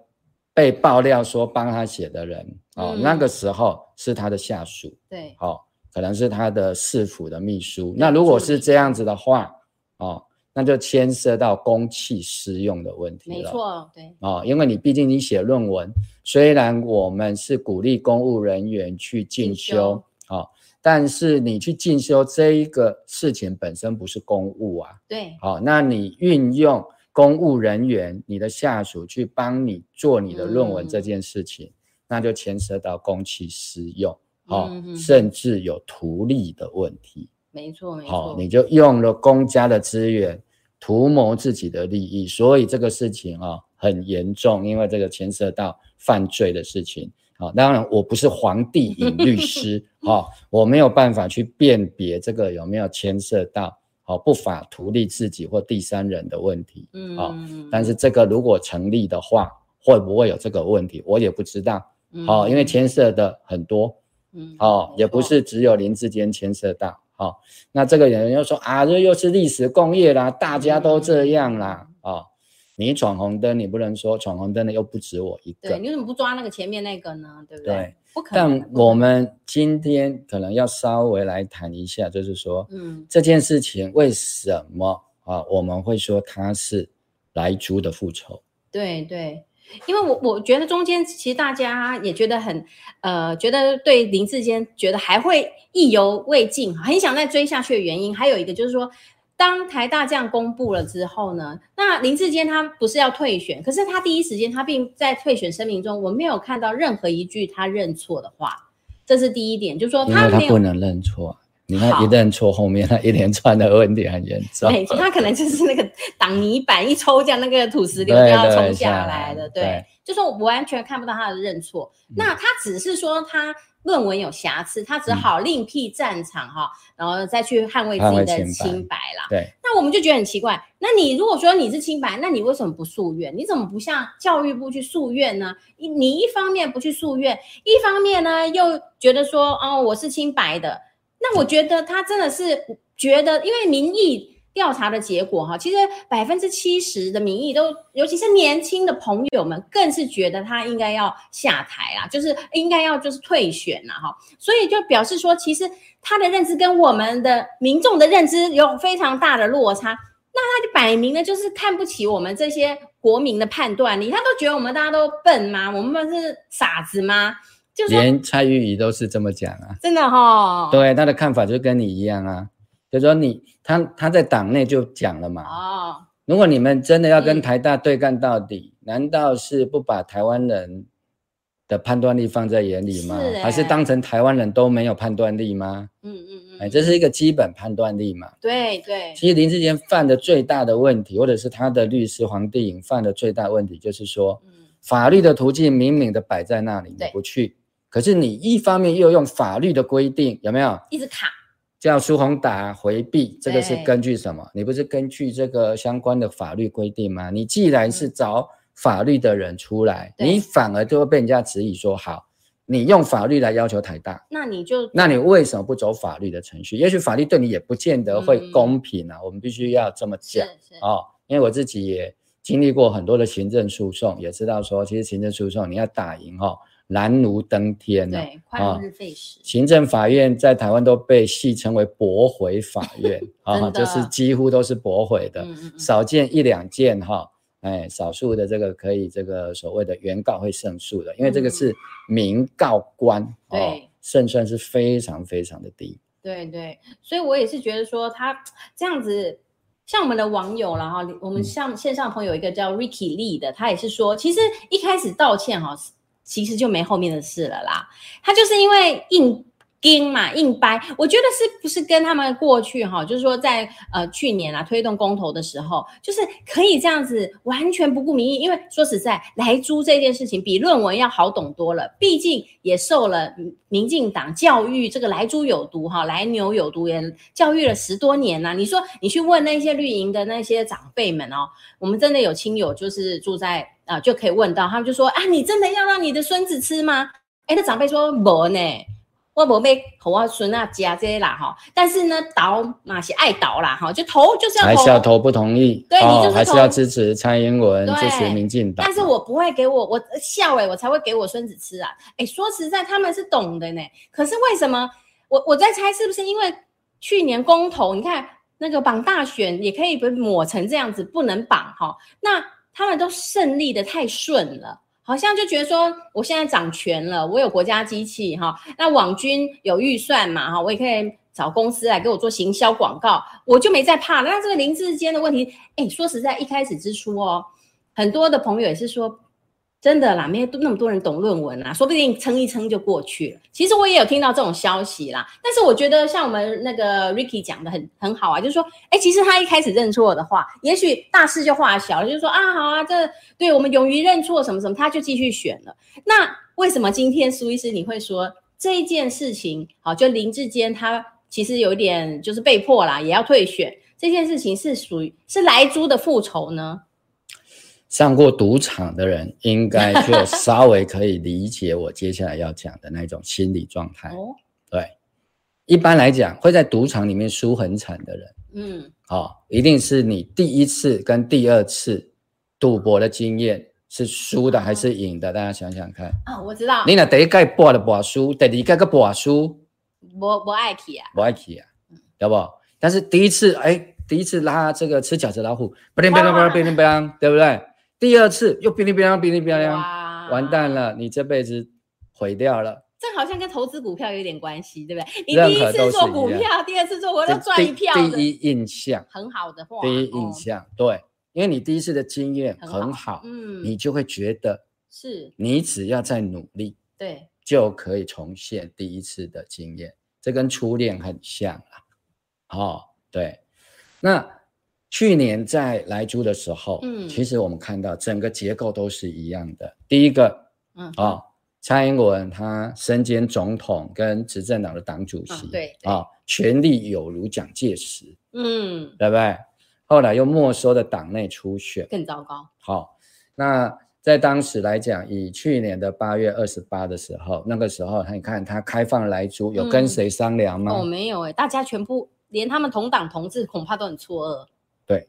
[SPEAKER 2] 被爆料说帮他写的人，哦，
[SPEAKER 1] 嗯
[SPEAKER 2] 那个时候是他的下属，
[SPEAKER 1] 对，
[SPEAKER 2] 哦，可能是他的市府的秘书。
[SPEAKER 1] 对
[SPEAKER 2] 那如果
[SPEAKER 1] 助
[SPEAKER 2] 是
[SPEAKER 1] 理
[SPEAKER 2] 这样子的话，哦，那就牵涉到公器私用的问题了。
[SPEAKER 1] 没错，对，
[SPEAKER 2] 哦，因为你毕竟你写论文，虽然我们是鼓励公务人员去进
[SPEAKER 1] 进
[SPEAKER 2] 修
[SPEAKER 1] 修，
[SPEAKER 2] 哦，但是你去进修这一个事情本身不是公务啊，
[SPEAKER 1] 对，
[SPEAKER 2] 好、那你运用公务人员、你的下属去帮你做你的论文这
[SPEAKER 1] 嗯
[SPEAKER 2] 件事情，那就牵涉到公器私用，哦，
[SPEAKER 1] 嗯嗯嗯
[SPEAKER 2] 甚至有图利的问题，
[SPEAKER 1] 没错，没
[SPEAKER 2] 好、
[SPEAKER 1] 错，
[SPEAKER 2] 你就用了公家的资源，图谋自己的利益，所以这个事情啊、很严重，因为这个牵涉到犯罪的事情。好、当然我不是皇帝尹律师， 哦，我没有办法去辨别这个有没有牵涉到好、不法图利自己或第三人的问题。好
[SPEAKER 1] 嗯，
[SPEAKER 2] 但是这个如果成立的话，会不会有这个问题，我也不知道。哦，因为牵涉的很多，
[SPEAKER 1] 嗯，
[SPEAKER 2] 哦，
[SPEAKER 1] 没
[SPEAKER 2] 也不
[SPEAKER 1] 错，
[SPEAKER 2] 是只有林志坚牵涉到。哦，那这个有人又说啊，这又是历史工业啦，大家都这样啦。哦，你闯红灯，你不能说闯红灯的又不止我一
[SPEAKER 1] 对，
[SPEAKER 2] 个。
[SPEAKER 1] 你怎么不抓那个前面那个呢？对不
[SPEAKER 2] 对？
[SPEAKER 1] 不可能的，
[SPEAKER 2] 但
[SPEAKER 1] 不
[SPEAKER 2] 我
[SPEAKER 1] 可能
[SPEAKER 2] 们今天可能要稍微来谈一下，就是说
[SPEAKER 1] 嗯，
[SPEAKER 2] 这件事情为什么啊，我们会说它是莱猪的复仇？
[SPEAKER 1] 对对，因为我我觉得中间其实大家也觉得很呃，觉得对林志坚觉得还会意犹未尽，很想再追下去的原因，还有一个就是说。当台大这样公布了之后呢，那林志坚他不是要退选，可是他第一时间他并在退选声明中，我没有看到任何一句他认错的话，这是第一点，就是说
[SPEAKER 2] 因为
[SPEAKER 1] 哦他
[SPEAKER 2] 他
[SPEAKER 1] 没有
[SPEAKER 2] 不能认错。啊你看
[SPEAKER 1] 好
[SPEAKER 2] 一认错，后面那一连串的问 题很严重。
[SPEAKER 1] 对，他可能就是那个挡泥板一抽，这样那个土石流就
[SPEAKER 2] 对
[SPEAKER 1] 要
[SPEAKER 2] 对
[SPEAKER 1] 冲
[SPEAKER 2] 下
[SPEAKER 1] 下
[SPEAKER 2] 来
[SPEAKER 1] 来了。
[SPEAKER 2] 对嗯
[SPEAKER 1] 对，就说我完全看不到他的认错。那他只是说他论文有瑕疵，他只好另辟战场哈、然后再去捍卫自己
[SPEAKER 2] 嗯捍
[SPEAKER 1] 的
[SPEAKER 2] 卫清白
[SPEAKER 1] 清白啦。
[SPEAKER 2] 对，
[SPEAKER 1] 那我们就觉得很奇怪，那你如果说你是清白，那你为什么不诉愿？你怎么不向教育部去诉愿呢？你你一方面不去诉愿，一方面呢又觉得说哦我是清白的，那我觉得他真的是觉得，因为民意调查的结果哈，其实百分之七十的民意都，尤其是年轻的朋友们，更是觉得他应该要下台啦，就是应该要就是退选啦哈，所以就表示说，其实他的认知跟我们的民众的认知有非常大的落差。那他就摆明了就是看不起我们这些国民的判断力，他都觉得我们大家都笨吗？我们是傻子吗？就是说
[SPEAKER 2] 连蔡玉仪都是这么讲啊。
[SPEAKER 1] 真的哈，
[SPEAKER 2] 对，他的看法就跟你一样啊，就说你他他在党内就讲了嘛，
[SPEAKER 1] 哦，
[SPEAKER 2] 如果你们真的要跟
[SPEAKER 1] 嗯
[SPEAKER 2] 台大对干到底，难道是不把台湾人的判断力放在眼里吗？
[SPEAKER 1] 是欸
[SPEAKER 2] 还是当成台湾人都没有判断力吗？
[SPEAKER 1] 嗯嗯
[SPEAKER 2] 哎，
[SPEAKER 1] 嗯，
[SPEAKER 2] 这是一个基本判断力嘛。
[SPEAKER 1] 对对，
[SPEAKER 2] 其实林志坚犯的最大的问题，或者是他的律师黄帝颖犯的最大问题，就是说
[SPEAKER 1] 嗯
[SPEAKER 2] 法律的途径明明的摆在那里，你
[SPEAKER 1] 对
[SPEAKER 2] 不去，可是你一方面又用法律的规定，有没有？
[SPEAKER 1] 一直卡，
[SPEAKER 2] 叫苏宏达回避，这个是
[SPEAKER 1] 对
[SPEAKER 2] 根据什么？你不是根据这个相关的法律规定吗？你既然是找法律的人出来，
[SPEAKER 1] 嗯对
[SPEAKER 2] 你反而就会被人家质疑说，好，你用法律来要求台大，
[SPEAKER 1] 那你就
[SPEAKER 2] 那你为什么不走法律的程序？也许法律对你也不见得会
[SPEAKER 1] 嗯
[SPEAKER 2] 公平啊，我们必须要这么
[SPEAKER 1] 是
[SPEAKER 2] 讲
[SPEAKER 1] 是
[SPEAKER 2] 哦。因为我自己也经历过很多的行政诉讼，也知道说，其实行政诉讼你要打赢哦，难如登天啊呢、
[SPEAKER 1] 对，快日费时，
[SPEAKER 2] 行政法院在台湾都被戏称为“驳回法 院”，啊，
[SPEAKER 1] 真的
[SPEAKER 2] 就是几乎都是驳回的，
[SPEAKER 1] 嗯嗯嗯，
[SPEAKER 2] 少见一两件哈，哎，少数的这个可以这个所谓的原告会胜诉的，因为这个是民告官，哦
[SPEAKER 1] 嗯对，
[SPEAKER 2] 胜算是非常非常的低。
[SPEAKER 1] 嗯对对，所以我也是觉得说他这样子，像我们的网友啦，然后我们
[SPEAKER 2] 嗯
[SPEAKER 1] 像线上朋友有一个叫 Ricky Lee 的，他也是说，其实一开始道歉哈，其实就没后面的事了啦。他就是因为硬盯嘛，硬掰。我觉得是不是跟他们过去哈，就是说在呃去年啊推动公投的时候，就是可以这样子完全不顾民意，因为说实在，来租这件事情比论文要好懂多了，毕竟也受了民民进党教育这个来猪有毒哈，来牛有毒也教育了十多年呐、你说你去问那些绿营的那些长辈们哦，我们真的有亲友就是住在啊、就可以问到，他们就说啊，你真的要让你的孙子吃吗？哎，那长辈说无呢，我无被和我孙啊加这些啦哈，但是呢，倒嘛是爱倒啦哈，就投就是要
[SPEAKER 2] 还是要投不同意，哦
[SPEAKER 1] 对你就是
[SPEAKER 2] 还是
[SPEAKER 1] 投
[SPEAKER 2] 要支持蔡英文，
[SPEAKER 1] 对
[SPEAKER 2] 支持民进党。啊
[SPEAKER 1] 但是我不会给我我笑哎、我才会给我孙子吃啊！哎、说实在，他们是懂的呢。可是为什么我我在猜，是不是因为去年公投，你看那个绑大选也可以被抹成这样子，不能绑哈？那他们都胜利的太顺了。好像就觉得说，我现在掌权了，我有国家机器哈，那网军有预算嘛哈，我也可以找公司来给我做行销广告，我就没再怕了。那这个林志坚的问题，哎，说实在，一开始之初哦，很多的朋友也是说，真的啦，没有那么多人懂论文啦，说不定撑一撑就过去了。其实我也有听到这种消息啦，但是我觉得像我们那个 Ricky 讲的很很好啊，就是说，哎，其实他一开始认错的话，也许大事就化小了，就说啊，好啊，这对我们勇于认错什么什么，他就继续选了。那为什么今天苏医师你会说这一件事情？好，就林志坚他其实有点就是被迫啦，也要退选。这件事情是属于是莱猪的复仇呢？
[SPEAKER 2] 上过赌场的人，应该 就稍微可以理解我接下来要讲的那种心理状态。
[SPEAKER 1] 哦，
[SPEAKER 2] 对，一般来讲，会在赌场里面输很惨的人，
[SPEAKER 1] 嗯，
[SPEAKER 2] 哦，一定是你第一次跟第二次赌博的经验是输的还是赢的？大家想想看，
[SPEAKER 1] 啊，我知道，
[SPEAKER 2] 你若第一届博了博输，第二届个博输，
[SPEAKER 1] 我我爱去啊，
[SPEAKER 2] 不爱去啊，对不？但是第一次，哎，第一次拉这个吃饺子老虎，不灵不灵不灵不灵不灵，对不对？第二次又哔哩哔哩哔哩哔哩，
[SPEAKER 1] 哇
[SPEAKER 2] 完蛋，了，你这辈子毁掉了。
[SPEAKER 1] 这好像跟投资股票有点关系，对不对？你
[SPEAKER 2] 任
[SPEAKER 1] 第
[SPEAKER 2] 何
[SPEAKER 1] 一
[SPEAKER 2] 都
[SPEAKER 1] 次做
[SPEAKER 2] 是
[SPEAKER 1] 股
[SPEAKER 2] 一样
[SPEAKER 1] 票，第二次做股票
[SPEAKER 2] 这
[SPEAKER 1] 都赚一票
[SPEAKER 2] 第
[SPEAKER 1] 的
[SPEAKER 2] 第一印象，
[SPEAKER 1] 很好的话，
[SPEAKER 2] 第一印
[SPEAKER 1] 哦，
[SPEAKER 2] 象，对，因为你第一次的经验
[SPEAKER 1] 很
[SPEAKER 2] 很好，
[SPEAKER 1] 嗯，
[SPEAKER 2] 你就会觉得
[SPEAKER 1] 是
[SPEAKER 2] 你只要再努力，
[SPEAKER 1] 对，
[SPEAKER 2] 就可以重现第一次的经验。这跟初恋很像啦。哦，对。那去年在莱猪的时候，
[SPEAKER 1] 嗯
[SPEAKER 2] 其实我们看到整个结构都是一样的。第一个
[SPEAKER 1] 嗯，
[SPEAKER 2] 啊、蔡英文她身兼总统跟执政党的党主席，
[SPEAKER 1] 啊对对
[SPEAKER 2] 啊、权力有如蒋介石，
[SPEAKER 1] 嗯，
[SPEAKER 2] 对不对？后来又没收了党内初选，
[SPEAKER 1] 更糟糕，
[SPEAKER 2] 好，那在当时来讲，以去年的八月二十八的时候，那个时候你看他开放来租，有跟
[SPEAKER 1] 嗯
[SPEAKER 2] 谁商量吗？
[SPEAKER 1] 哦，没有哎、大家全部连他们同党同志恐怕都很错愕，
[SPEAKER 2] 对，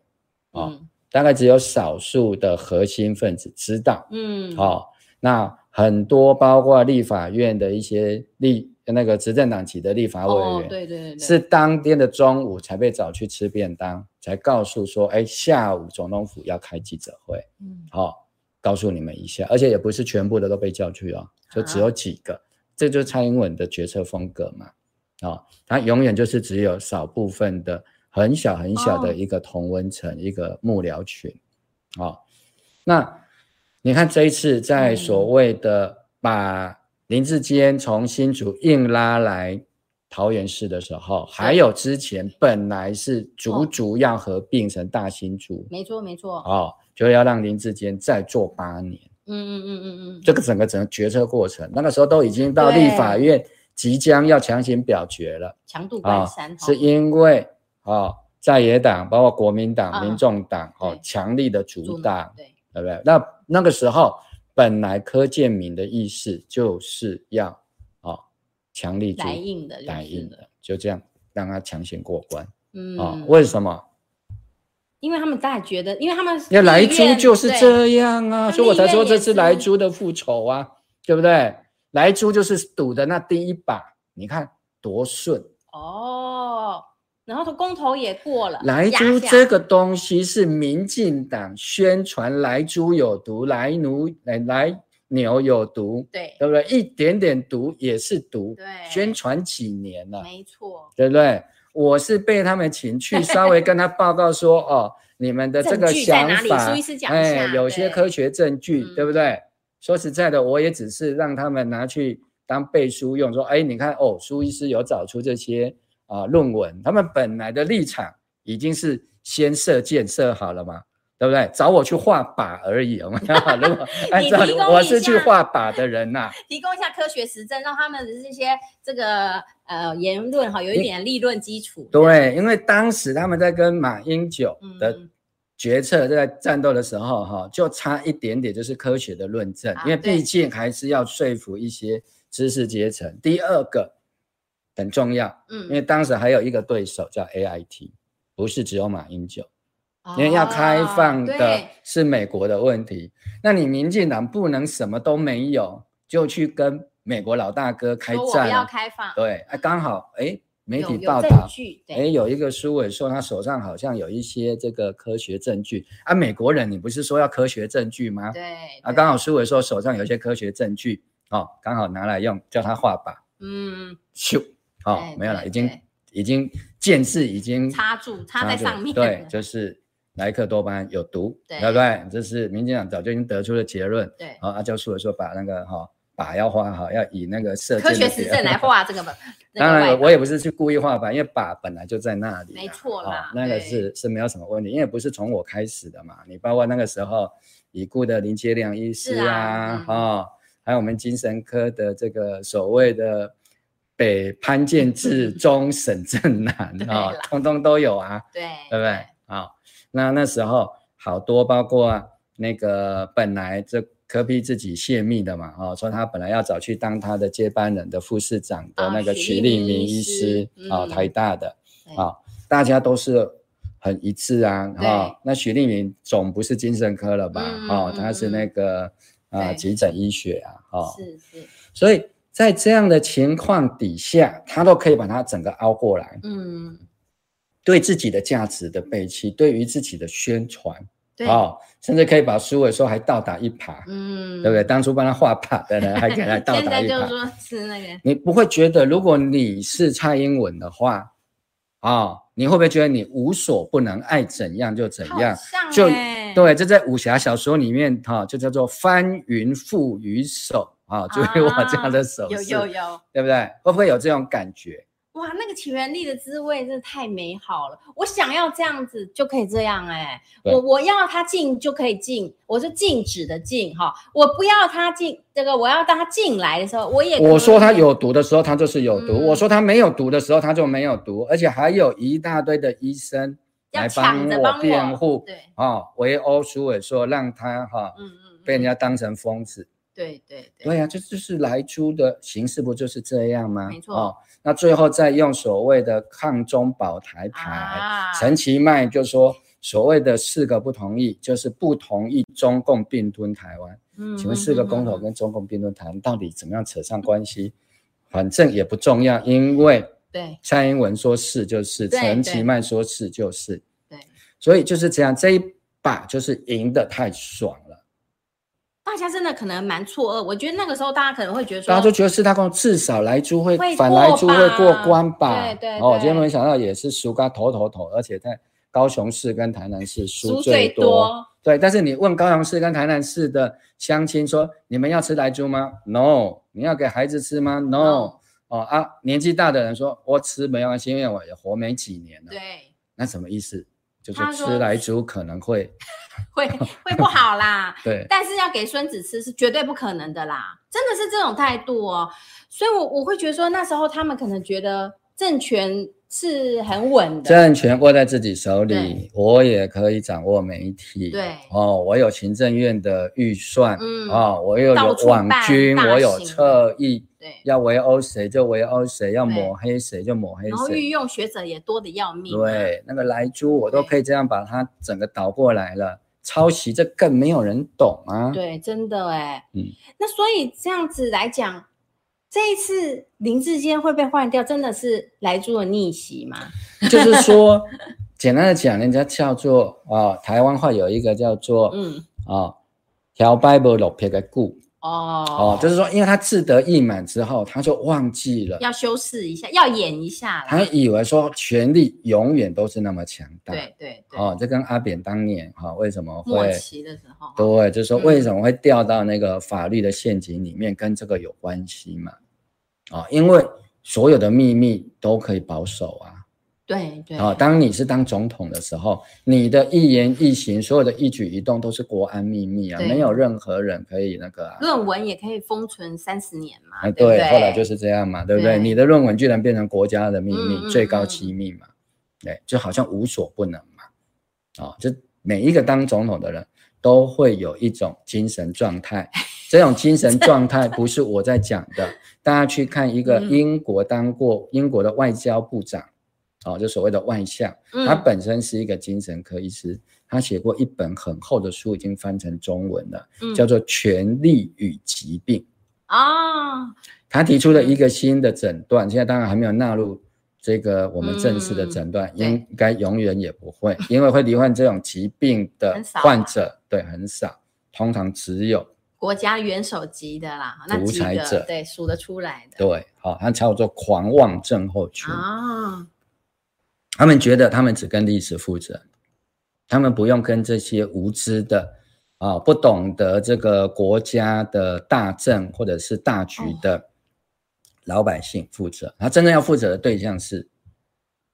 [SPEAKER 2] 哦
[SPEAKER 1] 嗯
[SPEAKER 2] 大概只有少数的核心分子知道。
[SPEAKER 1] 嗯，
[SPEAKER 2] 哦，那很多包括立法院的一些立那个执政党籍的立法
[SPEAKER 1] 哦，
[SPEAKER 2] 委
[SPEAKER 1] 对对
[SPEAKER 2] 员，
[SPEAKER 1] 对对，
[SPEAKER 2] 是当天的中午才被找去吃便当，才告诉说，哎，下午总统府要开记者会。
[SPEAKER 1] 嗯，
[SPEAKER 2] 好、告诉你们一下，而且也不是全部的都被叫去哦，就只有几个，这就是蔡英文的决策风格嘛，哦，他永远就是只有少部分的很小很小
[SPEAKER 1] 哦
[SPEAKER 2] 的一个同温层、一个幕僚群，哦，那你看这一次
[SPEAKER 1] 嗯
[SPEAKER 2] 在所谓的把林志坚从新竹硬拉来。桃园市的时候，还有之前本来是竹
[SPEAKER 1] 哦
[SPEAKER 2] 竹要合并成大新竹，
[SPEAKER 1] 没错没错，
[SPEAKER 2] 哦，就要让林志坚再做八年，
[SPEAKER 1] 嗯嗯嗯嗯嗯，
[SPEAKER 2] 这个整个整个决策过程，那个时候都已经到立法院即将要强行表决了
[SPEAKER 1] 强度
[SPEAKER 2] 啊、
[SPEAKER 1] 关山，
[SPEAKER 2] 是
[SPEAKER 1] 因
[SPEAKER 2] 因为哦在野党包括国民
[SPEAKER 1] 啊
[SPEAKER 2] 党、民众党哦
[SPEAKER 1] 对
[SPEAKER 2] 强力的阻挡，
[SPEAKER 1] 对，
[SPEAKER 2] 对不对？那那个时候本来柯建明的意识就是要哦强力阻
[SPEAKER 1] 来硬的，
[SPEAKER 2] 打硬的，，就这样让他强行过关
[SPEAKER 1] 嗯，
[SPEAKER 2] 啊、为什么？
[SPEAKER 1] 因为他们大家觉得，因为他们
[SPEAKER 2] 要来
[SPEAKER 1] 立
[SPEAKER 2] 租
[SPEAKER 1] 院
[SPEAKER 2] 就是这样啊，
[SPEAKER 1] 对
[SPEAKER 2] 所以我才说这是
[SPEAKER 1] 那立院也
[SPEAKER 2] 来
[SPEAKER 1] 是
[SPEAKER 2] 租的复仇啊，对不对？来租就是赌的那第一把，你看多顺。
[SPEAKER 1] 哦，然后他公投也过了，
[SPEAKER 2] 来
[SPEAKER 1] 呃压
[SPEAKER 2] 租
[SPEAKER 1] 下
[SPEAKER 2] 这个东西是民进党宣传来租有毒，来奴来来牛有毒，
[SPEAKER 1] 对
[SPEAKER 2] 对不对？一点点毒也是毒，
[SPEAKER 1] 对
[SPEAKER 2] 宣传几年了，
[SPEAKER 1] 没错，
[SPEAKER 2] 对不对？我是被他们请 去，稍微跟他报告说，哦，你们的这
[SPEAKER 1] 证
[SPEAKER 2] 个
[SPEAKER 1] 据在
[SPEAKER 2] 想
[SPEAKER 1] 哪里
[SPEAKER 2] 法
[SPEAKER 1] 苏医师，讲一
[SPEAKER 2] 哎
[SPEAKER 1] 下，
[SPEAKER 2] 有
[SPEAKER 1] 对
[SPEAKER 2] 些科学证据，
[SPEAKER 1] 嗯
[SPEAKER 2] 对不对？说实在的，我也只是让他们拿去当背书用，说，哎，你看，哦，苏医师有找出这些啊、论文，他们本来的立场已经是先射箭射好了嘛。对不对？找我去画靶而已，有没有？ 如果按照
[SPEAKER 1] 你提供
[SPEAKER 2] 我
[SPEAKER 1] 一
[SPEAKER 2] 是去
[SPEAKER 1] 下
[SPEAKER 2] 画靶的人呐、
[SPEAKER 1] 提供一下科学实证，让他们的这些这个呃言论哈有一点立论基础。
[SPEAKER 2] 对，因为当时他们在跟马英九的
[SPEAKER 1] 嗯
[SPEAKER 2] 决策在战斗的时候，哈，就差一点点就是科学的论证
[SPEAKER 1] 啊，
[SPEAKER 2] 因为
[SPEAKER 1] 对
[SPEAKER 2] 毕竟还是要说服一些知识阶层。第二个很重要，因为
[SPEAKER 1] 嗯，
[SPEAKER 2] 当时还有一个对手叫 AIT，不是只有马英九，因为要开放
[SPEAKER 1] 哦
[SPEAKER 2] 的
[SPEAKER 1] 对
[SPEAKER 2] 是美国的问题。那你民进党不能什么都没有就去跟美国老大哥开
[SPEAKER 1] 说我
[SPEAKER 2] 战
[SPEAKER 1] 不要
[SPEAKER 2] 啊，
[SPEAKER 1] 开放，
[SPEAKER 2] 对，啊，刚好哎，媒
[SPEAKER 1] 有
[SPEAKER 2] 体
[SPEAKER 1] 有
[SPEAKER 2] 报
[SPEAKER 1] 证
[SPEAKER 2] 道
[SPEAKER 1] 据，
[SPEAKER 2] 哎，
[SPEAKER 1] 对，
[SPEAKER 2] 有一个苏伟说他手上好像有一些这个科学证据啊。美国人，你不是说要科学证据吗？
[SPEAKER 1] 对
[SPEAKER 2] 啊，
[SPEAKER 1] 对
[SPEAKER 2] 刚好苏伟说手上有一些科学证据，哦，刚好拿来用，叫他画靶，
[SPEAKER 1] 嗯，
[SPEAKER 2] 咻，哦
[SPEAKER 1] 对，
[SPEAKER 2] 没有了，
[SPEAKER 1] 哎对
[SPEAKER 2] 已经
[SPEAKER 1] 对
[SPEAKER 2] 已经剑士已经
[SPEAKER 1] 插住插在
[SPEAKER 2] 住
[SPEAKER 1] 上面了，
[SPEAKER 2] 对，就是莱克多巴胺有毒，
[SPEAKER 1] 对
[SPEAKER 2] 不对？这是民进党早就已经得出的结论。
[SPEAKER 1] 对
[SPEAKER 2] 哦，啊，叫苏伟说把那个哈、靶要画好，要以那个射
[SPEAKER 1] 科
[SPEAKER 2] 箭的
[SPEAKER 1] 学实
[SPEAKER 2] 结
[SPEAKER 1] 证 来
[SPEAKER 2] 论
[SPEAKER 1] 画这个吧。那个
[SPEAKER 2] 当然
[SPEAKER 1] 外
[SPEAKER 2] 我，我也不是去故意画靶，因为靶本来就在那里啦，
[SPEAKER 1] 没错啦
[SPEAKER 2] 哦那个
[SPEAKER 1] 对
[SPEAKER 2] 是是没有什么问题，因为不是从我开始的嘛。你包括那个时候已故的林杰良医师
[SPEAKER 1] 是
[SPEAKER 2] 啊
[SPEAKER 1] 啊，嗯
[SPEAKER 2] 哦，还有我们精神科的这个所谓的北潘 建志、中沈正南
[SPEAKER 1] 对
[SPEAKER 2] 啊、哦
[SPEAKER 1] 啦，
[SPEAKER 2] 通通都有啊，
[SPEAKER 1] 对
[SPEAKER 2] 对不对？啊、那那时候好多包括那个本来这科比自己泄密的嘛，哦，说他本来要找去当他的接班人的副市长的
[SPEAKER 1] 啊
[SPEAKER 2] 那个
[SPEAKER 1] 许立
[SPEAKER 2] 徐立
[SPEAKER 1] 明
[SPEAKER 2] 明
[SPEAKER 1] 医
[SPEAKER 2] 医师
[SPEAKER 1] 师
[SPEAKER 2] 啊、
[SPEAKER 1] 嗯
[SPEAKER 2] 台大的
[SPEAKER 1] 对
[SPEAKER 2] 啊、大家都是。很一致啊，
[SPEAKER 1] 对
[SPEAKER 2] 哦，那许立明总不是精神科了吧？
[SPEAKER 1] 嗯
[SPEAKER 2] 哦
[SPEAKER 1] 嗯，
[SPEAKER 2] 他是
[SPEAKER 1] 嗯
[SPEAKER 2] 那个啊、
[SPEAKER 1] 对
[SPEAKER 2] 急诊医学啊，哦，
[SPEAKER 1] 是是，
[SPEAKER 2] 所以在这样的情况底下，他都可以把它整个凹过来，
[SPEAKER 1] 嗯，
[SPEAKER 2] 对自己的价值的背弃，对于自己的宣传，
[SPEAKER 1] 对，
[SPEAKER 2] 哦，甚至可以把苏伟说还倒打一耙，
[SPEAKER 1] 嗯，
[SPEAKER 2] 对不对？当初帮他画靶的人还给他倒
[SPEAKER 1] 现
[SPEAKER 2] 打
[SPEAKER 1] 在
[SPEAKER 2] 一
[SPEAKER 1] 就是
[SPEAKER 2] 耙，
[SPEAKER 1] 说是那个，
[SPEAKER 2] 你不会觉得如果你是蔡英文的话，哦，你会不会觉得你无所不能，爱怎样就怎
[SPEAKER 1] 好
[SPEAKER 2] 样？
[SPEAKER 1] 像
[SPEAKER 2] 就
[SPEAKER 1] 欸
[SPEAKER 2] 对，这在武侠小说里面哈、就叫做翻云覆雨手啊，注意我这样的手
[SPEAKER 1] 有
[SPEAKER 2] 势，
[SPEAKER 1] 有有，
[SPEAKER 2] 对不对？会不会有这种感觉？
[SPEAKER 1] 哇，那个起源地的滋味真的太美好了！我想要这样子就可以这样哎、
[SPEAKER 2] 对
[SPEAKER 1] 我我要它进就可以进，我就禁止的禁哈，我不要它进这个，我要当它进来的时候，我也哎可
[SPEAKER 2] 我说它
[SPEAKER 1] 以
[SPEAKER 2] 有毒的时候，它就是有毒；
[SPEAKER 1] 嗯
[SPEAKER 2] 我说它没有毒的时候，它就没有毒。而且还有一大堆的医生
[SPEAKER 1] 要
[SPEAKER 2] 来
[SPEAKER 1] 抢着帮
[SPEAKER 2] 我辩护，
[SPEAKER 1] 对，
[SPEAKER 2] 哦，围殴苏伟说让他哈、
[SPEAKER 1] 嗯嗯，
[SPEAKER 2] 被
[SPEAKER 1] 嗯
[SPEAKER 2] 人家当成疯子。
[SPEAKER 1] 对对对，
[SPEAKER 2] 对呀、啊这就是来猪的形式，不就是这样吗？
[SPEAKER 1] 没错
[SPEAKER 2] 哦，那最后再用所谓的抗中保台牌，
[SPEAKER 1] 啊，
[SPEAKER 2] 陈其迈就说所谓的四个不同意，就是不同意中共并吞台湾。
[SPEAKER 1] 嗯
[SPEAKER 2] 请问四个公投跟中共并吞台湾到底怎么样扯上关系？反正也不重要，因为
[SPEAKER 1] 对
[SPEAKER 2] 蔡英文说是就是，
[SPEAKER 1] 对
[SPEAKER 2] 陈
[SPEAKER 1] 对
[SPEAKER 2] 其迈说是就是，
[SPEAKER 1] 对，
[SPEAKER 2] 所以就是这样，这一把就是赢得太爽了。
[SPEAKER 1] 大家真的可能蛮错愕，我觉得那个时候大家可能会觉得说，
[SPEAKER 2] 大家都觉得四大公至少来猪会
[SPEAKER 1] 会
[SPEAKER 2] 反
[SPEAKER 1] 过
[SPEAKER 2] 来猪会过
[SPEAKER 1] 吧
[SPEAKER 2] 关吧？
[SPEAKER 1] 对对
[SPEAKER 2] 哦，
[SPEAKER 1] 对
[SPEAKER 2] 结果没想到也是输个头头头，而且在高雄市跟台南市输
[SPEAKER 1] 输
[SPEAKER 2] 最
[SPEAKER 1] 最
[SPEAKER 2] 多。
[SPEAKER 1] 多
[SPEAKER 2] 对，但是你问高雄市跟台南市的乡亲说，你们要吃来猪吗？No，你要给孩子吃吗？No，、
[SPEAKER 1] No
[SPEAKER 2] 哦啊，年纪大的人说，我吃没关系，因为我也活没几年了。
[SPEAKER 1] 对。
[SPEAKER 2] 那什么意思？就是
[SPEAKER 1] 他说
[SPEAKER 2] 吃来猪可 能会
[SPEAKER 1] 会会不好啦，
[SPEAKER 2] 对
[SPEAKER 1] 但是要给孙子吃是绝对不可能的啦，真的是这种态度哦。所以我，我会觉得说，那时候他们可能觉得政权是很稳的，
[SPEAKER 2] 政权握在自己手里
[SPEAKER 1] 对，
[SPEAKER 2] 我也可以掌握媒体。
[SPEAKER 1] 对
[SPEAKER 2] 哦，我有行政院的预算，
[SPEAKER 1] 嗯
[SPEAKER 2] 哦，我又有
[SPEAKER 1] 到处
[SPEAKER 2] 网
[SPEAKER 1] 办
[SPEAKER 2] 军，
[SPEAKER 1] 大
[SPEAKER 2] 我有
[SPEAKER 1] 型
[SPEAKER 2] 侧翼，
[SPEAKER 1] 对，
[SPEAKER 2] 要围殴谁就围殴谁，要
[SPEAKER 1] 对
[SPEAKER 2] 抹黑谁就抹黑
[SPEAKER 1] 然后
[SPEAKER 2] 谁。
[SPEAKER 1] 御用学者也多的要命、，啊
[SPEAKER 2] 对，那个莱猪我都
[SPEAKER 1] 对
[SPEAKER 2] 可以这样把它整个倒过来了，抄袭这更没有人懂啊。
[SPEAKER 1] 对，真的哎，
[SPEAKER 2] 嗯，
[SPEAKER 1] 那所以这样子来讲，这一次林志坚会被换掉，真的是来猪的逆袭嘛？
[SPEAKER 2] 就是说，简单的讲，人家叫做啊、台湾话有一个叫做
[SPEAKER 1] 嗯，
[SPEAKER 2] 啊调 Bible 六撇个故。
[SPEAKER 1] 哦，
[SPEAKER 2] 哦，就是说，因为他志得意满之后，他就忘记了，
[SPEAKER 1] 要修饰一下，要演一下啦，
[SPEAKER 2] 他以为说权力永远都是那么强大。
[SPEAKER 1] 对对对，
[SPEAKER 2] 哦，这跟阿扁当年哈、为什么
[SPEAKER 1] 末
[SPEAKER 2] 会
[SPEAKER 1] 期的时候，
[SPEAKER 2] 对，就是说
[SPEAKER 1] 嗯
[SPEAKER 2] 为什么会掉到那个法律的陷阱里面，跟这个有关系嘛？啊、因为所有的秘密都可以保守啊。
[SPEAKER 1] 对对，
[SPEAKER 2] 啊、当你是当总统的时候，你的一言一行，所有的一举一动都是国安秘密啊，
[SPEAKER 1] 对
[SPEAKER 2] 没有任何人可以那个、啊。
[SPEAKER 1] 论文也可以封存三十年嘛，
[SPEAKER 2] 哎，
[SPEAKER 1] 对不
[SPEAKER 2] 对，
[SPEAKER 1] 对，
[SPEAKER 2] 后来就是这样嘛，对不对？
[SPEAKER 1] 对
[SPEAKER 2] 你的论文居然变成国家的秘密，
[SPEAKER 1] 嗯嗯
[SPEAKER 2] 最高机密嘛，对，就好像无所不能嘛，哦，就每一个当总统的人都会有一种精神状态，这种 精神状态不是我在讲的，大家去看一个
[SPEAKER 1] 嗯
[SPEAKER 2] 英国当过英国的外交部长，哦，就所谓的外相，
[SPEAKER 1] 嗯
[SPEAKER 2] 他本身是一个精神科医师，他写过一本很厚的书，已经翻成中文了，
[SPEAKER 1] 嗯
[SPEAKER 2] 叫做《权力与疾病》。
[SPEAKER 1] 啊、哦，
[SPEAKER 2] 他提出了一个新的诊断，现在当然还没有纳入这个我们正式的诊断，
[SPEAKER 1] 嗯
[SPEAKER 2] 应该永远也不会， 因为会罹患这种疾病的
[SPEAKER 1] 很少啊
[SPEAKER 2] 患者，对，很少，通常只有
[SPEAKER 1] 国家元首级的啦，那
[SPEAKER 2] 独
[SPEAKER 1] 几
[SPEAKER 2] 裁者
[SPEAKER 1] 个对数得出来的
[SPEAKER 2] 对，好、他叫做狂妄症候群，
[SPEAKER 1] 啊，
[SPEAKER 2] 他们觉得他们只跟历史负责，他们不用跟这些无知的。啊、不懂得这个国家的大政或者是大局
[SPEAKER 1] 哦
[SPEAKER 2] 的老百姓负责，他真正要负责的对象是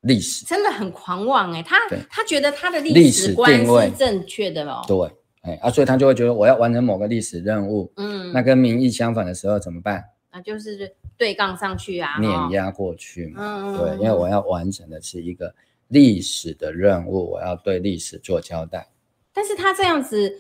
[SPEAKER 2] 历史。
[SPEAKER 1] 真的很狂妄哎、他
[SPEAKER 2] 对
[SPEAKER 1] 他觉得他的
[SPEAKER 2] 历
[SPEAKER 1] 历
[SPEAKER 2] 史
[SPEAKER 1] 史观
[SPEAKER 2] 定位
[SPEAKER 1] 是正确的哦，
[SPEAKER 2] 对，哎啊，所以他就会觉得我要完成某个历史任务，
[SPEAKER 1] 嗯，
[SPEAKER 2] 那跟民意相反的时候怎么办？
[SPEAKER 1] 那就是对杠上去啊，
[SPEAKER 2] 碾
[SPEAKER 1] 哦，
[SPEAKER 2] 压过去嘛。
[SPEAKER 1] 嗯，
[SPEAKER 2] 对，因为我要完成的是一个历史的任务，我要对历史做交代。
[SPEAKER 1] 但是他这样子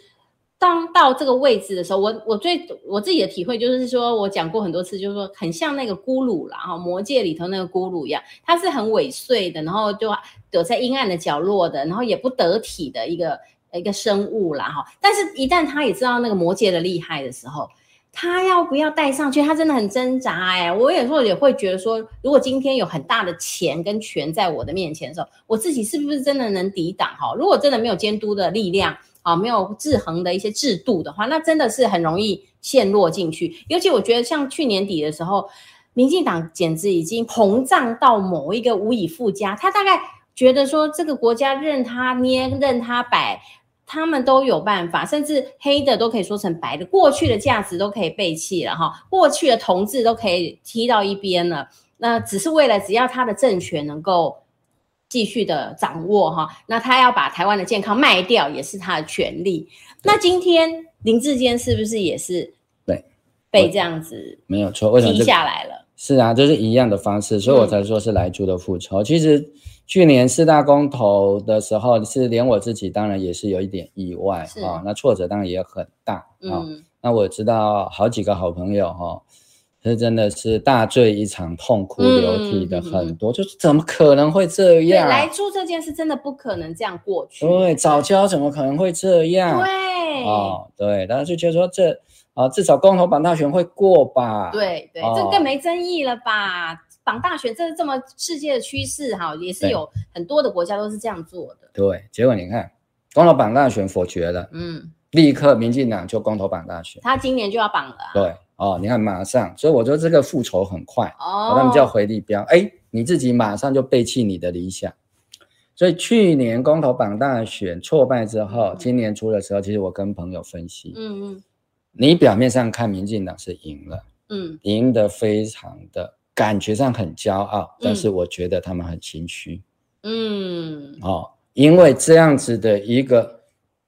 [SPEAKER 1] 当到这个位置的时候，我我最我自己的体会就是说，我讲过很多次，就是说很像那个咕噜啦，哈，魔界里头那个咕噜一样，它是很尾碎的，然后就躲在阴暗的角落的，然后也不得体的一个一个生物啦，哈。但是，一旦他也知道那个魔界的厉害的时候。他要不要带上去？他真的很挣扎哎、我有时候也会觉得说，如果今天有很大的钱跟权在我的面前的时候，我自己是不是真的能抵挡哈？如果真的没有监督的力量，啊，没有制衡的一些制度的话，那真的是很容易陷落进去。尤其我觉得像去年底的时候，民进党简直已经膨胀到某一个无以复加，他大概觉得说这个国家任他捏，任他摆。他们都有办法，甚至黑的都可以说成白的，过去的价值都可以背弃了哈，过去的同志都可以踢到一边了。那只是为了只要他的政权能够继续的掌握哈，那他要把台湾的健康卖掉也是他的权利。那今天林志坚是不是也是
[SPEAKER 2] 对
[SPEAKER 1] 被这样子
[SPEAKER 2] 没有错。为什么、
[SPEAKER 1] 踢
[SPEAKER 2] 这个、
[SPEAKER 1] 下来嗯了？
[SPEAKER 2] 是啊，就是一样的方式，所以我才说是莱猪的复仇。其实去年四大公投的时候，是连我自己当然也是有一点意外
[SPEAKER 1] 是
[SPEAKER 2] 啊、那挫折当然也很大啊、
[SPEAKER 1] 嗯，
[SPEAKER 2] 那我知道好几个好朋友哈、哦，这真的是大醉一场，痛哭流涕的
[SPEAKER 1] 嗯嗯嗯
[SPEAKER 2] 很多，就是怎么可能会这
[SPEAKER 1] 对，
[SPEAKER 2] 样？
[SPEAKER 1] 来猪这件事真的不可能这样过去。
[SPEAKER 2] 对，早教怎么可能会这样？
[SPEAKER 1] 对，
[SPEAKER 2] 哦，对，然后就觉得说这啊、至少公投版大选会过吧？，
[SPEAKER 1] 对对，
[SPEAKER 2] 哦
[SPEAKER 1] 这更没争议了吧？绑大选这是这么世界的趋势哈，也是
[SPEAKER 2] 对
[SPEAKER 1] 有很多的国家都是这样做的。
[SPEAKER 2] 对，结果你看，公投版大选否决了，
[SPEAKER 1] 嗯，
[SPEAKER 2] 立刻民进党就公投版大选。
[SPEAKER 1] 他今年就要绑了啊、
[SPEAKER 2] 对，哦，你看马上，所以我说这个复仇很快，
[SPEAKER 1] 哦
[SPEAKER 2] 哦，他们叫回力标，哎，你自己马上就背弃你的理想。所以去年公投榜大选挫败之后
[SPEAKER 1] 嗯，
[SPEAKER 2] 今年初的时候，其实我跟朋友分析，
[SPEAKER 1] 嗯嗯
[SPEAKER 2] 你表面上看民进党是赢了，
[SPEAKER 1] 嗯，
[SPEAKER 2] 赢得非常的感觉上很骄傲，但是
[SPEAKER 1] 嗯
[SPEAKER 2] 我觉得他们很心虚、
[SPEAKER 1] 嗯，
[SPEAKER 2] 哦，因为这样子的一个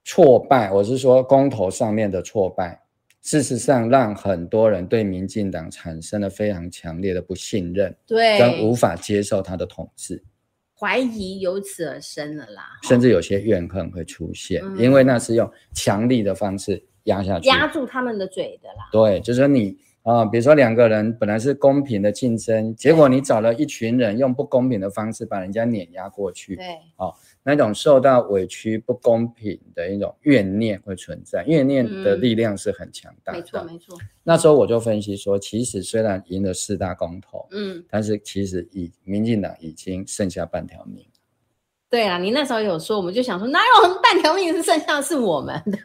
[SPEAKER 2] 挫败，我是说公投上面的挫败，事实上让很多人对民进党产生了非常强烈的不信任，跟无
[SPEAKER 1] 对，
[SPEAKER 2] 法接受他的统治。
[SPEAKER 1] 怀疑由此而生了啦，
[SPEAKER 2] 甚至有些怨恨会出现，
[SPEAKER 1] 嗯
[SPEAKER 2] 因为那是用强力的方式压下去。
[SPEAKER 1] 压住他们的嘴的啦。
[SPEAKER 2] 对，就是说你啊、呃比如说两个人本来是公平的竞争，结果你找了一群人用不公平的方式把人家碾压过去，
[SPEAKER 1] 对，
[SPEAKER 2] 那种受到委屈、不公平的一种怨念会存在，怨念的
[SPEAKER 1] 嗯
[SPEAKER 2] 力量是很强大
[SPEAKER 1] 没错
[SPEAKER 2] 的。
[SPEAKER 1] 没错，
[SPEAKER 2] 那时候我就分析说，其实虽然赢了四大公投，
[SPEAKER 1] 嗯，
[SPEAKER 2] 但是其实已民进党已经剩下半条命。
[SPEAKER 1] 对啊，你那时候有说，我们就想说，哪有半条命是剩下的是我们 的？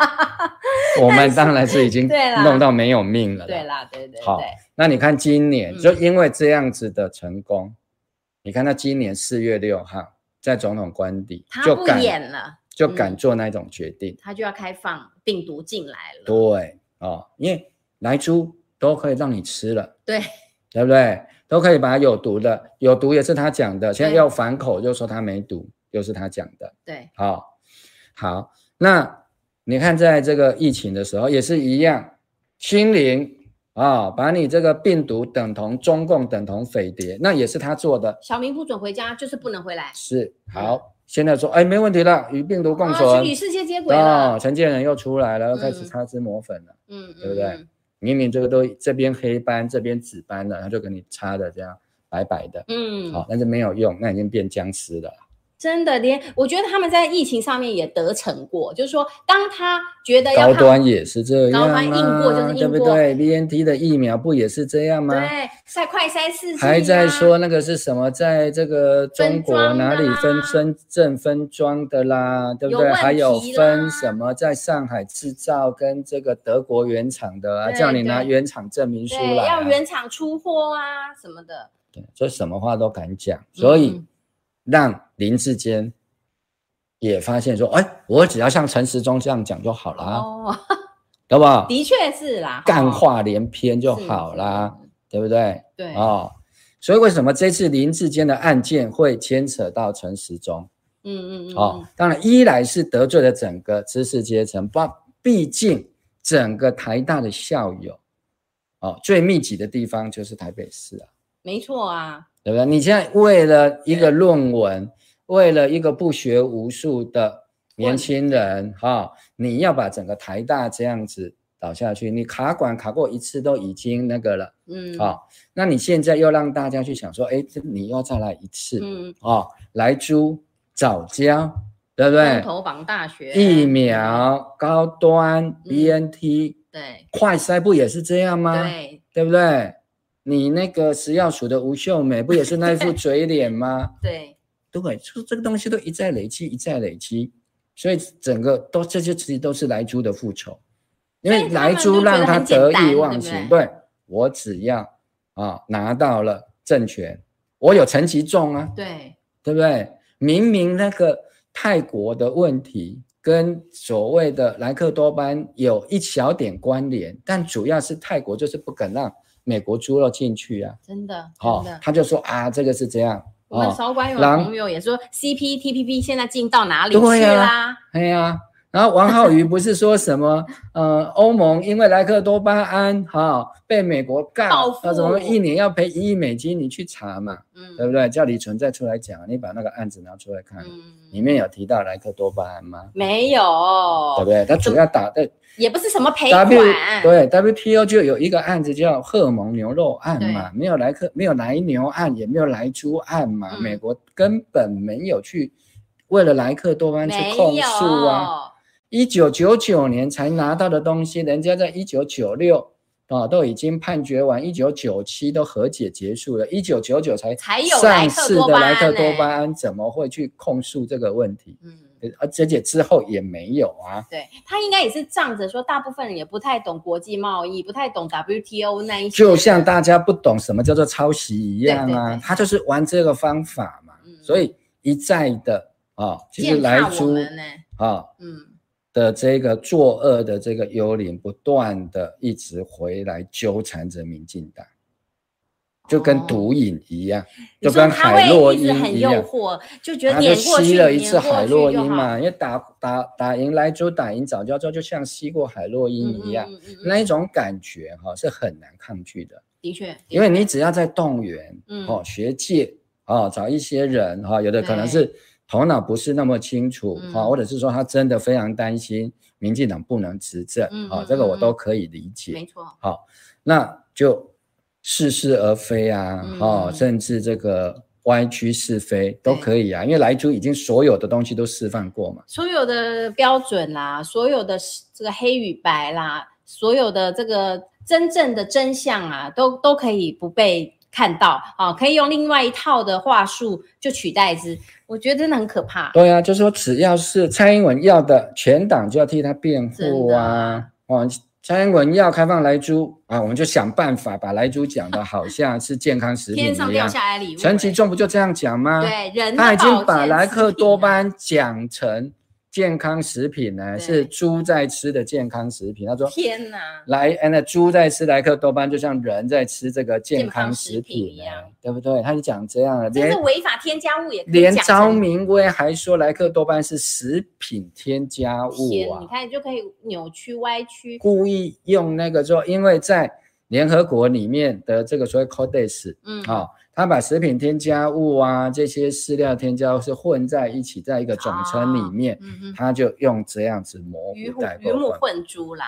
[SPEAKER 2] 我们当然是已经
[SPEAKER 1] 对啦
[SPEAKER 2] 弄到没有命了。
[SPEAKER 1] 对。啦，对对
[SPEAKER 2] 好
[SPEAKER 1] 对，
[SPEAKER 2] 那你看今年
[SPEAKER 1] 嗯
[SPEAKER 2] 就因为这样子的成功，你看他今年四月六号在总统官邸
[SPEAKER 1] 他
[SPEAKER 2] 就
[SPEAKER 1] 不
[SPEAKER 2] 敢
[SPEAKER 1] 演了，
[SPEAKER 2] 就
[SPEAKER 1] 嗯
[SPEAKER 2] 敢做那种决定，
[SPEAKER 1] 他就要开放病毒进来了。
[SPEAKER 2] 对哦，因为来猪都可以让你吃了，
[SPEAKER 1] 对，
[SPEAKER 2] 对不对？都可以把有毒的，有毒也是他讲的，现在
[SPEAKER 1] 对
[SPEAKER 2] 要反口就说他没毒，又是他讲的，
[SPEAKER 1] 对，
[SPEAKER 2] 好、好，那你看，在这个疫情的时候也是一样，清零啊、把你这个病毒等同中共等同匪谍，那也是他做的，
[SPEAKER 1] 小明不准回家，就是不能回来，
[SPEAKER 2] 是好。现在说，哎，没问题了，与病毒共
[SPEAKER 1] 嗯啊，
[SPEAKER 2] 存
[SPEAKER 1] 去与世界接轨
[SPEAKER 2] 啊、
[SPEAKER 1] 了
[SPEAKER 2] 哦，。陈建仁又出来了，又开
[SPEAKER 1] 嗯
[SPEAKER 2] 始擦脂抹粉了。
[SPEAKER 1] 嗯，
[SPEAKER 2] 对不对
[SPEAKER 1] 嗯？
[SPEAKER 2] 明明这个都这边黑斑，这边紫斑了，他就给你擦的这样白白的，
[SPEAKER 1] 嗯，
[SPEAKER 2] 好、但是没有用，那已经变僵尸了。
[SPEAKER 1] 真的连我觉得他们在疫情上面也得逞过，就是说，当他觉得要
[SPEAKER 2] 高
[SPEAKER 1] 抗
[SPEAKER 2] 端也是这样、啊，
[SPEAKER 1] 高端硬过就是硬
[SPEAKER 2] 对不
[SPEAKER 1] 过
[SPEAKER 2] 对？BNT 的疫苗不也是这样吗？
[SPEAKER 1] 对晒快筛试剂啊
[SPEAKER 2] 还在说那个是什么，在这个中国
[SPEAKER 1] 分装的
[SPEAKER 2] 哪里分
[SPEAKER 1] 啦
[SPEAKER 2] 分正分装的啦，对不
[SPEAKER 1] 有
[SPEAKER 2] 对？
[SPEAKER 1] 问题
[SPEAKER 2] 还有分
[SPEAKER 1] 啦
[SPEAKER 2] 什么在上海制造跟这个德国原厂的啊，
[SPEAKER 1] 对
[SPEAKER 2] 叫你拿
[SPEAKER 1] 对
[SPEAKER 2] 原厂证明书
[SPEAKER 1] 对
[SPEAKER 2] 来、
[SPEAKER 1] 要
[SPEAKER 2] 啊，
[SPEAKER 1] 原厂出货啊什么的，
[SPEAKER 2] 对，就什么话都敢讲，所以
[SPEAKER 1] 嗯
[SPEAKER 2] 让林志坚也发现说，哎，我只要像陈时中这样讲就好啦，
[SPEAKER 1] 哦，
[SPEAKER 2] 懂不好？
[SPEAKER 1] 的确是啦，
[SPEAKER 2] 干
[SPEAKER 1] 哦
[SPEAKER 2] 话连篇就是好
[SPEAKER 1] 是
[SPEAKER 2] 啦，对不对？
[SPEAKER 1] 对，
[SPEAKER 2] 哦，所以为什么这次林志坚的案件会牵扯到陈时中？
[SPEAKER 1] 嗯嗯嗯，
[SPEAKER 2] 哦
[SPEAKER 1] 嗯，
[SPEAKER 2] 当然，一来是得罪了整个知识阶层，不，毕竟整个台大的校友，哦，最密集的地方就是台北市啊，
[SPEAKER 1] 没错啊，
[SPEAKER 2] 对不对？你现在为了一个论文，为了一个不学无术的年轻人，哈、你要把整个台大这样子倒下去，你卡管卡过一次都已经那个了。
[SPEAKER 1] 嗯，
[SPEAKER 2] 好、啊那你现在又让大家去想说，哎，这你又要再来一次，
[SPEAKER 1] 嗯，
[SPEAKER 2] 哦，来猪早教，对不
[SPEAKER 1] 公
[SPEAKER 2] 对？
[SPEAKER 1] 投榜大学
[SPEAKER 2] 疫，苗、高端、
[SPEAKER 1] 嗯
[SPEAKER 2] BNT、
[SPEAKER 1] 对
[SPEAKER 2] 快筛不也是这样吗？
[SPEAKER 1] 对
[SPEAKER 2] 对不对？你那个食药署的吴秀美不也是那一副嘴脸吗？
[SPEAKER 1] 对，
[SPEAKER 2] 对，就是这个东西都一再累积，一再累积，所以整个都这些其实都是莱猪的复仇，因为
[SPEAKER 1] 所以他们
[SPEAKER 2] 莱猪让他得意忘
[SPEAKER 1] 就觉得很
[SPEAKER 2] 形。
[SPEAKER 1] 简单
[SPEAKER 2] 对我只要啊拿到了政权，我有陈其重啊，
[SPEAKER 1] 对
[SPEAKER 2] 对不对？明明那个泰国的问题跟所谓的莱克多巴胺有一小点关联，但主要是泰国就是不肯让美国猪肉进去啊，
[SPEAKER 1] 真的，
[SPEAKER 2] 哦
[SPEAKER 1] 真的，。
[SPEAKER 2] 他就说啊，这个是这样，
[SPEAKER 1] 我们
[SPEAKER 2] 哦，
[SPEAKER 1] 韶关有
[SPEAKER 2] 狼
[SPEAKER 1] 朋友也说，CPTPP 现在进到哪里去
[SPEAKER 2] 对啊
[SPEAKER 1] 啦？
[SPEAKER 2] 哎呀，然后王浩宇不是说什么，呃，欧盟因为莱克多巴胺哈、被美国
[SPEAKER 1] 报
[SPEAKER 2] 告
[SPEAKER 1] 复，
[SPEAKER 2] 那什么一年要赔一亿美金，你去查嘛，
[SPEAKER 1] 嗯
[SPEAKER 2] 对不对？叫李纯再出来讲，你把那个案子拿出来看，里
[SPEAKER 1] 嗯，
[SPEAKER 2] 面有提到莱克多巴胺吗？
[SPEAKER 1] 没有，
[SPEAKER 2] 对不对？他主要打在
[SPEAKER 1] 也不是哦什么赔款，
[SPEAKER 2] W 对啊 WTO 就有一个案子叫荷尔蒙牛肉案嘛，没有莱克没有来牛案，也没有来猪案嘛，
[SPEAKER 1] 嗯
[SPEAKER 2] 美国根本没有去为了莱克多巴胺去
[SPEAKER 1] 没
[SPEAKER 2] 控
[SPEAKER 1] 有
[SPEAKER 2] 诉啊。一九九九年才拿到的东西，人家在一九九六啊都已经判决完，一九九七都和解结束了，一九九九才
[SPEAKER 1] 才有
[SPEAKER 2] 上市的莱
[SPEAKER 1] 莱
[SPEAKER 2] 克
[SPEAKER 1] 克
[SPEAKER 2] 多
[SPEAKER 1] 多
[SPEAKER 2] 巴
[SPEAKER 1] 巴
[SPEAKER 2] 胺，怎么会去控诉这个问题？呃
[SPEAKER 1] 嗯，
[SPEAKER 2] 而而且之后也没有啊。
[SPEAKER 1] 对他应该也是仗着说，大部分人也不太懂国际贸易，不太懂 WTO 那一些，
[SPEAKER 2] 就像大家不懂什么叫做抄袭一样啊，
[SPEAKER 1] 对对对
[SPEAKER 2] 他就是玩这个方法嘛。
[SPEAKER 1] 嗯
[SPEAKER 2] 所以一再的啊、其实
[SPEAKER 1] 践
[SPEAKER 2] 来
[SPEAKER 1] 踏我
[SPEAKER 2] 猪
[SPEAKER 1] 们呢，
[SPEAKER 2] 啊、
[SPEAKER 1] 嗯，
[SPEAKER 2] 的这个作恶的这个幽灵，不断的一直回来纠缠着民进党，就跟
[SPEAKER 1] 哦
[SPEAKER 2] 毒瘾一样，
[SPEAKER 1] 你
[SPEAKER 2] 就
[SPEAKER 1] 说
[SPEAKER 2] 跟
[SPEAKER 1] 他会
[SPEAKER 2] 海洛
[SPEAKER 1] 一直
[SPEAKER 2] 因
[SPEAKER 1] 很
[SPEAKER 2] 一
[SPEAKER 1] 诱
[SPEAKER 2] 样。
[SPEAKER 1] 惑，就觉得
[SPEAKER 2] 他就
[SPEAKER 1] 碾过去，
[SPEAKER 2] 吸了一
[SPEAKER 1] 碾
[SPEAKER 2] 次
[SPEAKER 1] 过
[SPEAKER 2] 海
[SPEAKER 1] 去
[SPEAKER 2] 洛
[SPEAKER 1] 就
[SPEAKER 2] 因
[SPEAKER 1] 好。
[SPEAKER 2] 嘛，因为打打打赢莱州，打赢早教之后，就像吸过海洛因
[SPEAKER 1] 嗯
[SPEAKER 2] 一样，，
[SPEAKER 1] 嗯嗯嗯嗯
[SPEAKER 2] 那一种感觉哈、是很难抗拒的。
[SPEAKER 1] 的确，的
[SPEAKER 2] 因为你只要在动员，
[SPEAKER 1] 嗯
[SPEAKER 2] 哦，学界哦，找一些人哈、有的可能是头脑不是那么清楚哈、
[SPEAKER 1] 嗯
[SPEAKER 2] 或者是说他真的非常担心民进党不能执政，
[SPEAKER 1] 嗯
[SPEAKER 2] 哦
[SPEAKER 1] 嗯，
[SPEAKER 2] 这个我
[SPEAKER 1] 嗯
[SPEAKER 2] 都可以理
[SPEAKER 1] 确没
[SPEAKER 2] 解，
[SPEAKER 1] 错，
[SPEAKER 2] 好、那就似是而非啊，
[SPEAKER 1] 嗯
[SPEAKER 2] 哦，
[SPEAKER 1] 嗯
[SPEAKER 2] 甚至这个歪曲是非都
[SPEAKER 1] 对
[SPEAKER 2] 可以啊，因为莱猪已经所有的东西都示范过嘛，
[SPEAKER 1] 所有的标准啦，所有的是这个黑与白啦，所有的这个真正的真相啊，都都可以不被看到啊，可以用另外一套的话术就取代之，我觉得真的很可怕。
[SPEAKER 2] 对啊，就是说只要是蔡英文要的，全党就要替他辩护
[SPEAKER 1] 真的
[SPEAKER 2] 啊
[SPEAKER 1] 啊！
[SPEAKER 2] 哦，蔡英文要开放莱猪啊，我们就想办法把莱猪讲的好像是健康食品
[SPEAKER 1] 天上
[SPEAKER 2] 一
[SPEAKER 1] 掉
[SPEAKER 2] 样。
[SPEAKER 1] 下来的礼物、欸
[SPEAKER 2] 陈其重不就这样讲吗？
[SPEAKER 1] 对人的
[SPEAKER 2] 啊他已经
[SPEAKER 1] 保
[SPEAKER 2] 把
[SPEAKER 1] 健
[SPEAKER 2] 莱
[SPEAKER 1] 食
[SPEAKER 2] 克
[SPEAKER 1] 品
[SPEAKER 2] 多
[SPEAKER 1] 啊
[SPEAKER 2] 巴胺讲成健康食品呢，
[SPEAKER 1] 对
[SPEAKER 2] 是猪在吃的健康食品。他说
[SPEAKER 1] 天哪，
[SPEAKER 2] 来，哎那猪在吃莱克多巴胺，就像人在吃这个健
[SPEAKER 1] 健康
[SPEAKER 2] 康
[SPEAKER 1] 食
[SPEAKER 2] 食
[SPEAKER 1] 品
[SPEAKER 2] 品
[SPEAKER 1] 一
[SPEAKER 2] 呢
[SPEAKER 1] 样，
[SPEAKER 2] 对不对？他就讲这样了，
[SPEAKER 1] 这
[SPEAKER 2] 连
[SPEAKER 1] 是违法添加物也可以
[SPEAKER 2] 连
[SPEAKER 1] 讲成
[SPEAKER 2] 张明威还说莱克多巴胺是食品添加物
[SPEAKER 1] 天，你
[SPEAKER 2] 啊，
[SPEAKER 1] 看就可以扭曲歪曲，
[SPEAKER 2] 故意用那个说，因为在联合国里面的这个所谓 Codex
[SPEAKER 1] 嗯，
[SPEAKER 2] 啊、他把食品添加物啊这些饲料添加物是混在一起，在一个总称里面，
[SPEAKER 1] 嗯嗯，
[SPEAKER 2] 他就用这样子模
[SPEAKER 1] 鱼
[SPEAKER 2] 糊
[SPEAKER 1] 虎
[SPEAKER 2] 代
[SPEAKER 1] 鱼
[SPEAKER 2] 过
[SPEAKER 1] 目
[SPEAKER 2] 关。
[SPEAKER 1] 混珠啦，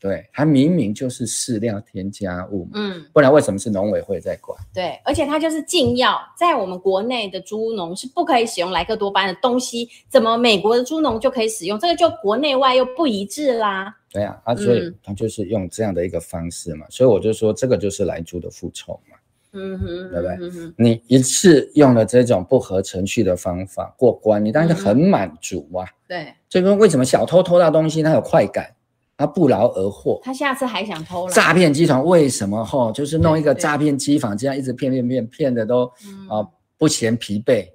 [SPEAKER 2] 对，它明明就是饲料添加物嘛，
[SPEAKER 1] 嗯。
[SPEAKER 2] 不然为什么是农委会在管？
[SPEAKER 1] 对，而且它就是禁药，在我们国内的猪农是不可以使用莱克多巴胺的东西，怎么美国的猪农就可以使用？这个就国内外又不一致啦。
[SPEAKER 2] 对啊，啊，所以
[SPEAKER 1] 嗯
[SPEAKER 2] 他就是用这样的一个方式嘛，所以我就说这个就是莱猪的复仇嘛。
[SPEAKER 1] 嗯哼，
[SPEAKER 2] 对不对
[SPEAKER 1] 嗯哼？
[SPEAKER 2] 你一次用了这种不合程序的方法过关，你当然就
[SPEAKER 1] 嗯
[SPEAKER 2] 很满足啊。
[SPEAKER 1] 对
[SPEAKER 2] 这边为什么小偷偷到东西他有快感，他不劳而获？
[SPEAKER 1] 他下次还想偷了，
[SPEAKER 2] 诈骗集团为什么吼、就是弄一个
[SPEAKER 1] 对对
[SPEAKER 2] 诈骗机房，这样一直骗骗骗骗的都
[SPEAKER 1] 嗯
[SPEAKER 2] 啊、不嫌疲惫，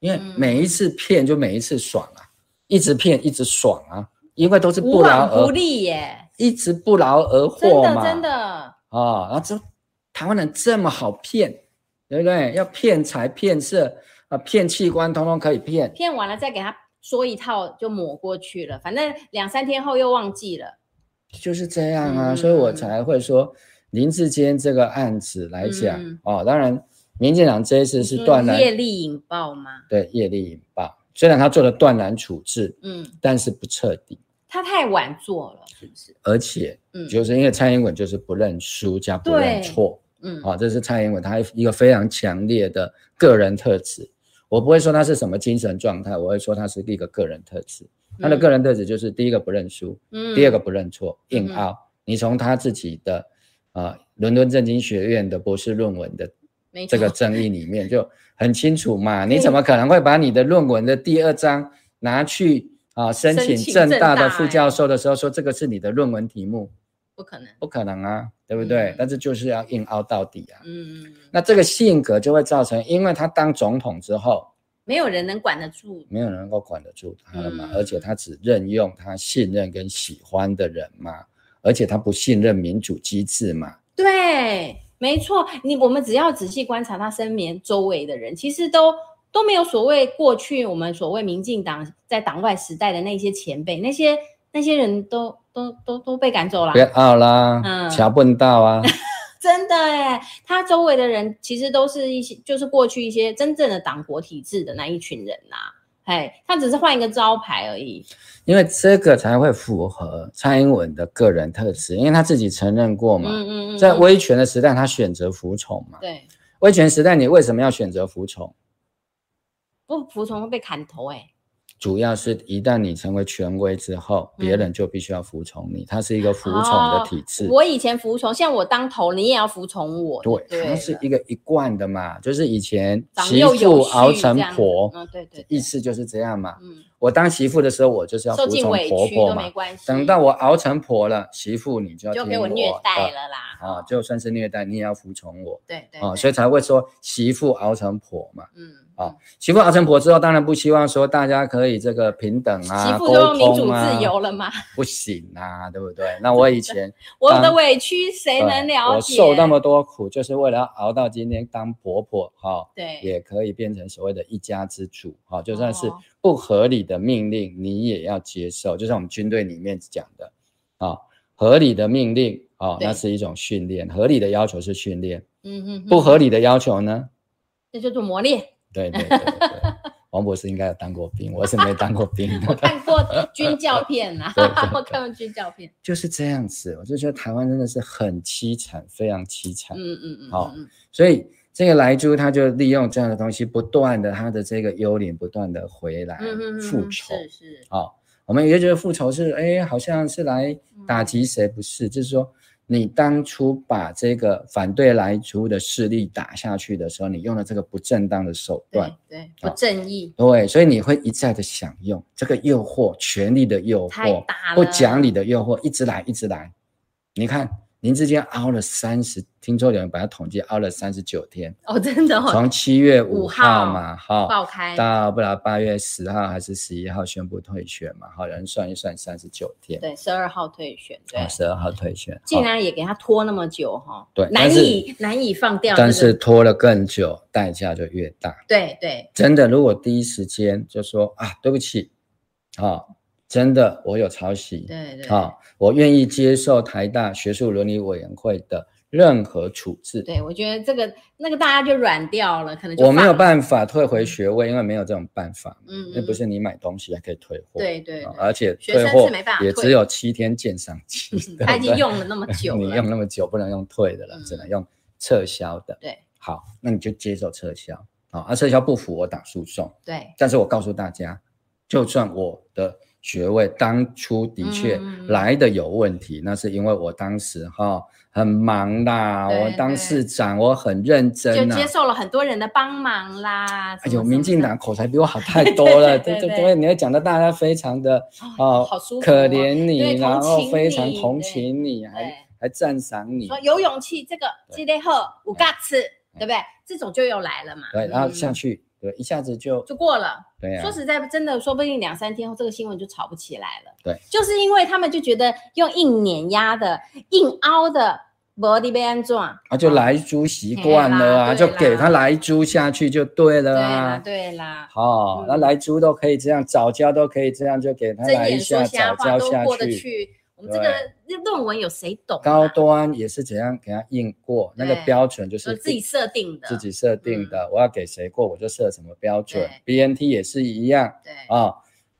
[SPEAKER 2] 因为每一次骗就每一次爽啊，一直骗一直爽啊，因为都是
[SPEAKER 1] 无
[SPEAKER 2] 不劳
[SPEAKER 1] 往
[SPEAKER 2] 而
[SPEAKER 1] 不利耶，
[SPEAKER 2] 一直不劳
[SPEAKER 1] 真
[SPEAKER 2] 而获
[SPEAKER 1] 的
[SPEAKER 2] 嘛，
[SPEAKER 1] 真的，
[SPEAKER 2] 啊，然后这台湾人这么好骗，对不对？要骗财骗色啊，骗器官通通可以骗。
[SPEAKER 1] 骗完了再给他说一套就抹过去了，反正两三天后又忘记了。
[SPEAKER 2] 就是这样啊，
[SPEAKER 1] 嗯
[SPEAKER 2] 所以我才会说林志坚这个案子来讲，
[SPEAKER 1] 嗯
[SPEAKER 2] 哦，当然民进党这一次是断
[SPEAKER 1] 说
[SPEAKER 2] 然
[SPEAKER 1] 嗯业力引爆吗？
[SPEAKER 2] 对业力引爆，虽然他做了断然处置，
[SPEAKER 1] 嗯，
[SPEAKER 2] 但是不彻底，
[SPEAKER 1] 他太晚做了，是不是？
[SPEAKER 2] 而且
[SPEAKER 1] 嗯，
[SPEAKER 2] 就是因为蔡英文就是不认输加不认
[SPEAKER 1] 对
[SPEAKER 2] 错，
[SPEAKER 1] 嗯
[SPEAKER 2] 啊，这是蔡英文他一个非常强烈的个人特质。我不会说他是什么精神状态，我会说他是一个个人特质。他的个人特质就是第一个不认输，
[SPEAKER 1] 嗯
[SPEAKER 2] 第二个不认错，硬
[SPEAKER 1] 嗯
[SPEAKER 2] 凹。你从他自己的啊、呃伦敦政经学院的博士论文的
[SPEAKER 1] 没
[SPEAKER 2] 这个
[SPEAKER 1] 错
[SPEAKER 2] 争议里面就很清楚嘛，你
[SPEAKER 1] 对
[SPEAKER 2] 怎么可能会把你的论文的第二章拿去啊、申
[SPEAKER 1] 申
[SPEAKER 2] 请
[SPEAKER 1] 请
[SPEAKER 2] 正
[SPEAKER 1] 正
[SPEAKER 2] 大的
[SPEAKER 1] 大
[SPEAKER 2] 副
[SPEAKER 1] 哎
[SPEAKER 2] 教授的时候说这个是你的论文题目？
[SPEAKER 1] 不可能。
[SPEAKER 2] 不可能啊，对不对？
[SPEAKER 1] 嗯
[SPEAKER 2] 但是就是要硬凹到底啊。
[SPEAKER 1] 嗯，
[SPEAKER 2] 那这个性格就会造成，因为他当总统之后，
[SPEAKER 1] 没有人能管得住。
[SPEAKER 2] 没有人能够管得住他了嘛，
[SPEAKER 1] 嗯
[SPEAKER 2] 而且他只任用他信任跟喜欢的人嘛，而且他不信任民主机制嘛，
[SPEAKER 1] 对，没错，你我们只要仔细观察他身边周围的人，其实都都没有所谓过去我们所谓民进党在党外时代的那些前辈，那些那些人都都都都被赶走了
[SPEAKER 2] 不。要傲啦，
[SPEAKER 1] 嗯
[SPEAKER 2] 桥笨道啊，
[SPEAKER 1] 真的哎，他周围的人其实都是一些，就是过去一些真正的党国体制的那一群人呐、哎，他只是换一个招牌而已。
[SPEAKER 2] 因为这个才会符合蔡英文的个人特质，因为他自己承认过嘛，
[SPEAKER 1] 嗯嗯嗯，
[SPEAKER 2] 在
[SPEAKER 1] 嗯
[SPEAKER 2] 威权的时代，他选择服从嘛。
[SPEAKER 1] 对
[SPEAKER 2] 威权时代，你为什么要选择服从？
[SPEAKER 1] 不服从会被砍头哎。
[SPEAKER 2] 主要是一旦你成为权威之后，
[SPEAKER 1] 嗯哦
[SPEAKER 2] 别人就必须要服从你，它是一个服从的体制。
[SPEAKER 1] 我以前服从，像我当头，你也要服从我。
[SPEAKER 2] 对，
[SPEAKER 1] 对
[SPEAKER 2] 它
[SPEAKER 1] 了，
[SPEAKER 2] 是一个一贯的嘛，就是以前
[SPEAKER 1] 长
[SPEAKER 2] 媳
[SPEAKER 1] 幼
[SPEAKER 2] 妇
[SPEAKER 1] 有序
[SPEAKER 2] 熬成
[SPEAKER 1] 这样子
[SPEAKER 2] 婆，
[SPEAKER 1] 嗯，对对，对
[SPEAKER 2] 意思就是这样嘛。
[SPEAKER 1] 嗯，
[SPEAKER 2] 我当媳妇的时候，我就是要服
[SPEAKER 1] 受尽
[SPEAKER 2] 从
[SPEAKER 1] 委
[SPEAKER 2] 婆
[SPEAKER 1] 屈
[SPEAKER 2] 婆
[SPEAKER 1] 都没
[SPEAKER 2] 嘛。
[SPEAKER 1] 关系。
[SPEAKER 2] 等到我熬成婆了，媳妇你就要
[SPEAKER 1] 就
[SPEAKER 2] 听
[SPEAKER 1] 给我
[SPEAKER 2] 我
[SPEAKER 1] 虐
[SPEAKER 2] 的
[SPEAKER 1] 待了啦。
[SPEAKER 2] 啊，就算是虐待，你也要服从我
[SPEAKER 1] 对对
[SPEAKER 2] 啊，
[SPEAKER 1] 对
[SPEAKER 2] 所以才会说媳妇熬成婆嘛。
[SPEAKER 1] 嗯
[SPEAKER 2] 啊
[SPEAKER 1] 啊，
[SPEAKER 2] 媳妇熬成婆之后，当然不希望说大家可以这个平等啊，
[SPEAKER 1] 媳妇
[SPEAKER 2] 沟
[SPEAKER 1] 都民主
[SPEAKER 2] 通啊
[SPEAKER 1] 自由了吗？
[SPEAKER 2] 不行啊，对不对？那我 以前
[SPEAKER 1] 我的
[SPEAKER 2] 当
[SPEAKER 1] 委屈谁能了
[SPEAKER 2] 我
[SPEAKER 1] 解？
[SPEAKER 2] 受那么多苦，就是为了要熬到今天当婆婆哈、
[SPEAKER 1] 对，
[SPEAKER 2] 也可以变成所谓的一家之主哈、就算是
[SPEAKER 1] 哦
[SPEAKER 2] 不合理的命令，你也要接受。就像我们军队里面讲的啊、合理的命令啊、
[SPEAKER 1] 对
[SPEAKER 2] 那是一种训练；合理的要求是训练，
[SPEAKER 1] 嗯嗯，
[SPEAKER 2] 不
[SPEAKER 1] 嗯，
[SPEAKER 2] 合理的要求呢？
[SPEAKER 1] 这叫做磨 练。
[SPEAKER 2] 对对 对对对王博士应该有当过兵，我是没当过兵。
[SPEAKER 1] 看过军教片啦
[SPEAKER 2] 对对，对
[SPEAKER 1] 我看过军教 片。
[SPEAKER 2] 就是这样子，我就觉得台湾真的是很凄惨，非常凄惨。
[SPEAKER 1] 嗯嗯嗯，
[SPEAKER 2] 好
[SPEAKER 1] 嗯，嗯
[SPEAKER 2] 所以这个莱猪它就利用这样的东西，不断的它的这个幽灵不断的回来
[SPEAKER 1] 嗯嗯嗯，
[SPEAKER 2] 复
[SPEAKER 1] 嗯
[SPEAKER 2] 仇。
[SPEAKER 1] 是是，
[SPEAKER 2] 好、啊我们也觉得复仇是哎，好像是来
[SPEAKER 1] 嗯
[SPEAKER 2] 打击谁，不是？就是说你当初把这个反对莱猪的势力打下去的时候，你用了这个不正当的手段
[SPEAKER 1] 对。对，
[SPEAKER 2] 好
[SPEAKER 1] 不正义
[SPEAKER 2] 对，所以你会一再的享用这个诱惑，权力的诱
[SPEAKER 1] 太
[SPEAKER 2] 惑，
[SPEAKER 1] 大
[SPEAKER 2] 不
[SPEAKER 1] 了，
[SPEAKER 2] 讲理的诱惑，一直来，一直来。你看，林志坚熬了三十，听说有人把他统计熬了三十九天，
[SPEAKER 1] 哦，真的哦，
[SPEAKER 2] 从七月
[SPEAKER 1] 五
[SPEAKER 2] 五
[SPEAKER 1] 号
[SPEAKER 2] 号嘛，哈，
[SPEAKER 1] 爆开，
[SPEAKER 2] 到不了八月十号还是十一号宣布退选嘛，哈，有人算一算三十九天，
[SPEAKER 1] 对，十二号退选，对
[SPEAKER 2] 啊，，十二号退选，
[SPEAKER 1] 竟
[SPEAKER 2] 哈
[SPEAKER 1] 然也给他拖那么久哈，
[SPEAKER 2] 对
[SPEAKER 1] 难
[SPEAKER 2] 但是
[SPEAKER 1] 以难以放掉这个，
[SPEAKER 2] 但是拖了更久，代价就越大。
[SPEAKER 1] 对对，
[SPEAKER 2] 真的，如果第一时间就说啊，对不起，啊，真的我有抄袭，
[SPEAKER 1] 对对，
[SPEAKER 2] 啊，我愿意接受台大学术伦理委员会的任何处置。
[SPEAKER 1] 对，我觉得这个那个大家就软掉了，可能就
[SPEAKER 2] 我没有
[SPEAKER 1] 放了，
[SPEAKER 2] 办法退回学位，因为没有这种办法。
[SPEAKER 1] 嗯，
[SPEAKER 2] 那不
[SPEAKER 1] 嗯
[SPEAKER 2] 是你买东西还可以退货，
[SPEAKER 1] 对对
[SPEAKER 2] 啊
[SPEAKER 1] 对
[SPEAKER 2] 而且
[SPEAKER 1] 学
[SPEAKER 2] 退
[SPEAKER 1] 生
[SPEAKER 2] 货
[SPEAKER 1] 是没办法
[SPEAKER 2] 也
[SPEAKER 1] 退嗯
[SPEAKER 2] 只有七天鉴赏期， 对
[SPEAKER 1] 他已
[SPEAKER 2] 不
[SPEAKER 1] 经
[SPEAKER 2] 对
[SPEAKER 1] 用了那么久
[SPEAKER 2] 你
[SPEAKER 1] 了
[SPEAKER 2] 用那么久不能用退的了，
[SPEAKER 1] 嗯
[SPEAKER 2] 只能用撤销的。
[SPEAKER 1] 对
[SPEAKER 2] 好，那你就接受撤销啊，啊，撤销不服我打诉讼，
[SPEAKER 1] 对
[SPEAKER 2] 但是我告诉大家，就算我的学位当初的确
[SPEAKER 1] 嗯
[SPEAKER 2] 来的有问题，那是因为我当时哈、很忙啦，
[SPEAKER 1] 对
[SPEAKER 2] 我当
[SPEAKER 1] 对
[SPEAKER 2] 市长我很认
[SPEAKER 1] 就
[SPEAKER 2] 真啊
[SPEAKER 1] 接。受了很多人的帮忙啦，
[SPEAKER 2] 哎
[SPEAKER 1] 什
[SPEAKER 2] 呦，
[SPEAKER 1] 么什
[SPEAKER 2] 民
[SPEAKER 1] 么
[SPEAKER 2] 进
[SPEAKER 1] 的
[SPEAKER 2] 党口才比我好太多 了，
[SPEAKER 1] 对
[SPEAKER 2] 对
[SPEAKER 1] 对
[SPEAKER 2] 对
[SPEAKER 1] 对
[SPEAKER 2] 对，你会讲的大家非常的
[SPEAKER 1] 哦
[SPEAKER 2] 哦，
[SPEAKER 1] 好舒服哦，
[SPEAKER 2] 可怜你，
[SPEAKER 1] 对
[SPEAKER 2] 然后
[SPEAKER 1] 同情
[SPEAKER 2] 非常
[SPEAKER 1] 你
[SPEAKER 2] 同
[SPEAKER 1] 对
[SPEAKER 2] 情你，
[SPEAKER 1] 对
[SPEAKER 2] 还还赞赏你
[SPEAKER 1] 说，有勇气，这个
[SPEAKER 2] 对
[SPEAKER 1] 这类后五嘎次，对不对？这种就又来了嘛。
[SPEAKER 2] 对，然后
[SPEAKER 1] 嗯
[SPEAKER 2] 下去，对，一下子就
[SPEAKER 1] 就过了。
[SPEAKER 2] 对啊
[SPEAKER 1] 说，实在，真的，说不定两三天后，这个新闻就炒不起来了。
[SPEAKER 2] 对，
[SPEAKER 1] 就是因为他们就觉得用硬碾压的、硬凹的，摩的被安装，
[SPEAKER 2] 啊就
[SPEAKER 1] 哦
[SPEAKER 2] 来猪习惯了啊，
[SPEAKER 1] 嘿啦对
[SPEAKER 2] 就
[SPEAKER 1] 啦
[SPEAKER 2] 给他来猪下去就
[SPEAKER 1] 对
[SPEAKER 2] 对了
[SPEAKER 1] 啦，
[SPEAKER 2] 啊。
[SPEAKER 1] 对啦，
[SPEAKER 2] 哦
[SPEAKER 1] 嗯，
[SPEAKER 2] 那来猪都可以这样，早教都可以这样，就给他
[SPEAKER 1] 睁
[SPEAKER 2] 来一
[SPEAKER 1] 眼说瞎
[SPEAKER 2] 下早
[SPEAKER 1] 话
[SPEAKER 2] 教
[SPEAKER 1] 都
[SPEAKER 2] 下
[SPEAKER 1] 过得
[SPEAKER 2] 去。
[SPEAKER 1] 去。我们这个论文有谁懂啊？
[SPEAKER 2] 高端也是怎样给他印过，那个
[SPEAKER 1] 对
[SPEAKER 2] 标准就是
[SPEAKER 1] 说自己设定的，嗯
[SPEAKER 2] 自己设定的，我要给谁过我就设什么标准。BNT 也是一样
[SPEAKER 1] 对，
[SPEAKER 2] 啊，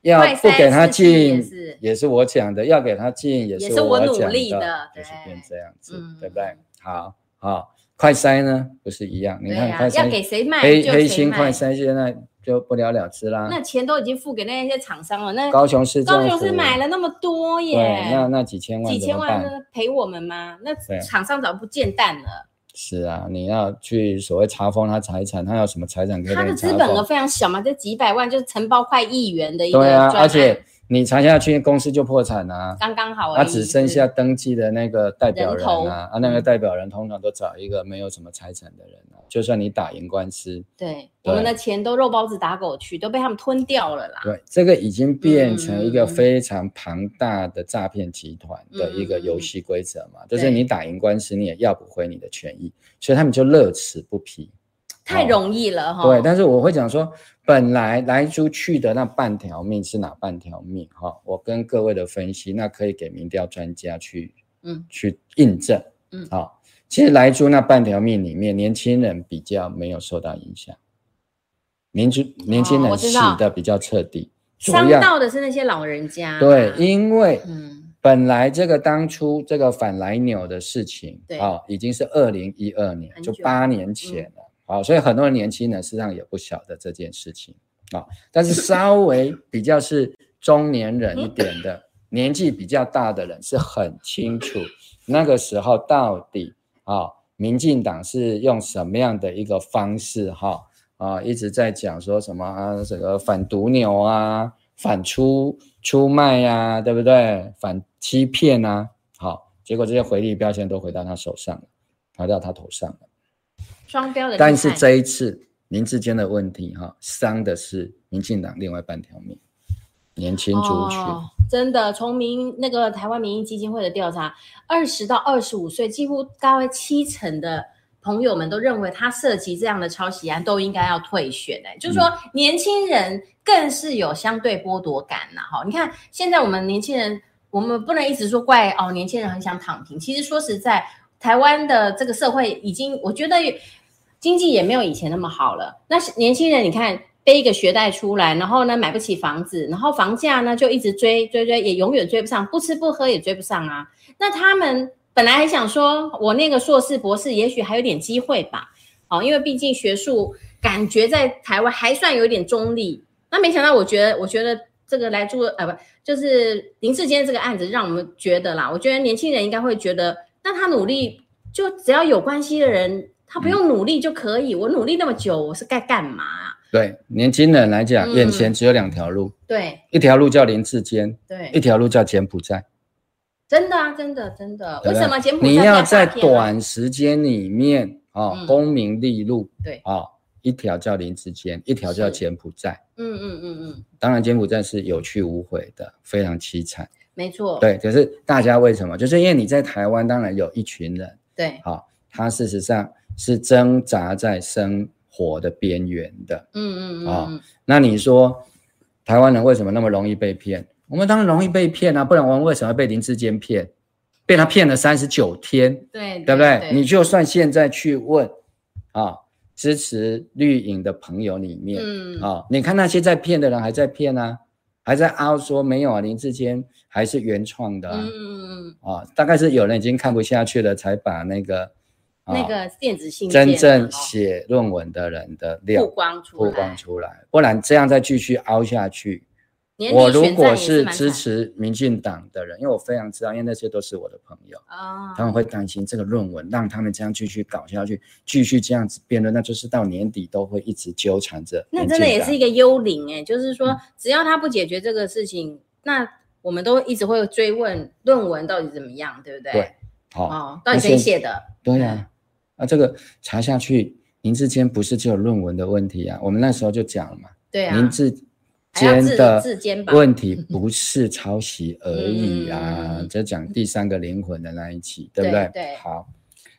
[SPEAKER 2] 要
[SPEAKER 1] 快
[SPEAKER 2] 不给他
[SPEAKER 1] 塞四
[SPEAKER 2] 进
[SPEAKER 1] 也是
[SPEAKER 2] 也是我讲的，要给他进也
[SPEAKER 1] 也是我
[SPEAKER 2] 我
[SPEAKER 1] 努
[SPEAKER 2] 讲
[SPEAKER 1] 力的
[SPEAKER 2] 的，就是
[SPEAKER 1] 对
[SPEAKER 2] 变这样子，
[SPEAKER 1] 嗯
[SPEAKER 2] 对不对？好好，快筛呢不是一样？你
[SPEAKER 1] 对
[SPEAKER 2] 看
[SPEAKER 1] 呀
[SPEAKER 2] 快，
[SPEAKER 1] 要给
[SPEAKER 2] 筛，
[SPEAKER 1] 谁卖
[SPEAKER 2] 黑
[SPEAKER 1] 就
[SPEAKER 2] 黑
[SPEAKER 1] 谁
[SPEAKER 2] 心快
[SPEAKER 1] 卖。
[SPEAKER 2] 筛现在就不了了之啦。
[SPEAKER 1] 那钱都已经付给那些厂商了，那
[SPEAKER 2] 高雄市
[SPEAKER 1] 高
[SPEAKER 2] 政
[SPEAKER 1] 雄
[SPEAKER 2] 府
[SPEAKER 1] 市买了那么多耶，
[SPEAKER 2] 对，那那几千万
[SPEAKER 1] 几
[SPEAKER 2] 怎
[SPEAKER 1] 千
[SPEAKER 2] 么
[SPEAKER 1] 万
[SPEAKER 2] 办
[SPEAKER 1] 那赔我们吗？那
[SPEAKER 2] 对
[SPEAKER 1] 厂商早不见蛋了，
[SPEAKER 2] 是啊，你要去所谓查封他财产，他有什么财产可以
[SPEAKER 1] 他
[SPEAKER 2] 被
[SPEAKER 1] 的
[SPEAKER 2] 查
[SPEAKER 1] 资本额
[SPEAKER 2] 封？
[SPEAKER 1] 非常小嘛，这几百万就是承包快亿元的一个
[SPEAKER 2] 对啊，
[SPEAKER 1] 专案
[SPEAKER 2] 而且你查下去，公司就破产啊。
[SPEAKER 1] 刚刚好而已。嗯
[SPEAKER 2] 他只剩下登记的那个代表
[SPEAKER 1] 人
[SPEAKER 2] 人
[SPEAKER 1] 头嗯
[SPEAKER 2] 啊，啊，那个代表人通常都找一个没有什么财产的人啊，就算你打赢官司，
[SPEAKER 1] 对，
[SPEAKER 2] 对
[SPEAKER 1] 我们的钱都肉包子打狗去，都被他们吞掉了啦。
[SPEAKER 2] 对，这个已经变成一
[SPEAKER 1] 嗯
[SPEAKER 2] 个
[SPEAKER 1] 嗯嗯
[SPEAKER 2] 非常庞大的诈骗集团的一
[SPEAKER 1] 嗯
[SPEAKER 2] 个
[SPEAKER 1] 嗯嗯
[SPEAKER 2] 游戏规则嘛，就是
[SPEAKER 1] 对
[SPEAKER 2] 你打赢官司，你也要不回你的权益，所以他们就乐此不疲。
[SPEAKER 1] 太容易了哈。
[SPEAKER 2] 哦对，但是我会讲说，本来来出去的那半条命是哪半条命哈、我跟各位的分析，那可以给民调专家去
[SPEAKER 1] 嗯
[SPEAKER 2] 去印证，
[SPEAKER 1] 嗯
[SPEAKER 2] 好、其实来租那半条命里面，年轻人比较没有受到影响，年轻年轻
[SPEAKER 1] 哦
[SPEAKER 2] 人
[SPEAKER 1] 我知
[SPEAKER 2] 死
[SPEAKER 1] 道
[SPEAKER 2] 的比较彻底，主
[SPEAKER 1] 伤
[SPEAKER 2] 要
[SPEAKER 1] 到的是那些老人家。
[SPEAKER 2] 对，因为
[SPEAKER 1] 嗯，
[SPEAKER 2] 本来这个当初这个反莱纽的事情，
[SPEAKER 1] 对
[SPEAKER 2] 啊、已经是二零一二年，
[SPEAKER 1] 很久
[SPEAKER 2] 就八年前了，好、所以很多人年轻人实际上也不晓得这件事情啊、但是稍微比较是中年人一点的，年纪比较大的人是很清楚那个时候到底啊、民进党是用什么样的一个方式哈、啊，一直在讲说什么啊，这个反毒牛啊，反出出卖呀、啊，对不对？反欺骗啊，好，结果这些回力标签都回到他手上了，回到他头上了。
[SPEAKER 1] 双标的厉害。
[SPEAKER 2] 但是这一次林志坚的问题哈、伤的是民进党另外半条命，年轻族群。
[SPEAKER 1] 哦、真的，从民那个台湾民意基金会的调查，二十到二十五岁，几乎大概七成的朋友们都认为他涉及这样的抄袭案都应该要退选、欸。就是说，年轻人更是有相对剥夺感呐、哈，你看现在我们年轻人，我们不能一直说怪哦，年轻人很想躺平。其实说实在，台湾的这个社会已经，我觉得经济也没有以前那么好了。那年轻人，你看背一个学贷出来，然后呢买不起房子，然后房价呢就一直追追追，也永远追不上，不吃不喝也追不上啊。那他们本来还想说，我那个硕士博士也许还有点机会吧，哦，因为毕竟学术感觉在台湾还算有点中立。那没想到，我觉得，我觉得这个来住呃不，就是林志坚这个案子，让我们觉得啦，我觉得年轻人应该会觉得，那他努力，就只要有关系的人，他不
[SPEAKER 2] 嗯
[SPEAKER 1] 用努力就可以。我努力那么久，我是该干嘛啊、
[SPEAKER 2] 对年轻人来讲，
[SPEAKER 1] 嗯
[SPEAKER 2] 眼前只有两条路，
[SPEAKER 1] 对
[SPEAKER 2] 一条路叫林志坚，一
[SPEAKER 1] 对，
[SPEAKER 2] 条路叫柬埔寨。
[SPEAKER 1] 真的啊，真的真的，
[SPEAKER 2] 对
[SPEAKER 1] 为
[SPEAKER 2] 不对
[SPEAKER 1] 什么柬埔寨
[SPEAKER 2] 你
[SPEAKER 1] 不
[SPEAKER 2] 要
[SPEAKER 1] 诈
[SPEAKER 2] 在
[SPEAKER 1] 骗啊
[SPEAKER 2] 短时间里面啊、
[SPEAKER 1] 嗯
[SPEAKER 2] 功名利禄，
[SPEAKER 1] 对
[SPEAKER 2] 啊、一条叫林志坚，一条叫
[SPEAKER 1] 是
[SPEAKER 2] 柬埔寨。
[SPEAKER 1] 嗯嗯嗯嗯，
[SPEAKER 2] 当然，柬埔寨是有去无回的，非常凄惨。
[SPEAKER 1] 没错，
[SPEAKER 2] 对，可是大家为什么？就是因为你在台湾，当然有一群人，
[SPEAKER 1] 对，
[SPEAKER 2] 啊、他事实上是挣扎在生活的边缘的。
[SPEAKER 1] 嗯嗯嗯
[SPEAKER 2] 啊
[SPEAKER 1] 嗯，
[SPEAKER 2] 那你说台湾人为什么那么容易被骗？我们当然容易被骗啊，不然我们为什么被林志坚骗？被他骗了三十九天，
[SPEAKER 1] 对
[SPEAKER 2] 对不对？你就算现在去问啊，支持绿营的朋友里面
[SPEAKER 1] 嗯
[SPEAKER 2] 啊、你看那些在骗的人还在骗啊，还在凹说没有啊，林志坚还是原创的啊、
[SPEAKER 1] 嗯嗯嗯，
[SPEAKER 2] 啊大概是有人已经看不下去了，才把那个、啊
[SPEAKER 1] 那个电子信件啊
[SPEAKER 2] 真正
[SPEAKER 1] 哦
[SPEAKER 2] 写论文的人的料
[SPEAKER 1] 曝光出
[SPEAKER 2] 曝
[SPEAKER 1] 来，
[SPEAKER 2] 光出来，不然这样再继续凹下去，
[SPEAKER 1] 年底
[SPEAKER 2] 我如
[SPEAKER 1] 选战
[SPEAKER 2] 果
[SPEAKER 1] 也是蛮
[SPEAKER 2] 支
[SPEAKER 1] 惨
[SPEAKER 2] 持民进党的人，因为我非常知道，因为那些都是我的朋友。
[SPEAKER 1] 啊，
[SPEAKER 2] 他们会担心这个论文让他们这样继续搞下去，继续这样子辩论，那就是到年底都会一直纠缠着
[SPEAKER 1] 那
[SPEAKER 2] 民进
[SPEAKER 1] 真
[SPEAKER 2] 党。
[SPEAKER 1] 的也是一个幽灵哎、就是说，
[SPEAKER 2] 嗯
[SPEAKER 1] 只要他不解决这个事情，那我们都一直会追问论文到底怎么样，对不对？
[SPEAKER 2] 对好、
[SPEAKER 1] 哦，嗯到底谁写的？
[SPEAKER 2] 对呀、啊，这个查下去，林志坚不是只有论文的问题啊，我们那时候就讲了嘛，
[SPEAKER 1] 对啊，
[SPEAKER 2] 林志
[SPEAKER 1] 还要
[SPEAKER 2] 坚
[SPEAKER 1] 自
[SPEAKER 2] 的
[SPEAKER 1] 自监吧
[SPEAKER 2] 问题不是抄袭而已啊
[SPEAKER 1] 嗯，
[SPEAKER 2] 这讲第三个灵魂的那一期，对不
[SPEAKER 1] 对
[SPEAKER 2] 对？
[SPEAKER 1] 对
[SPEAKER 2] 好，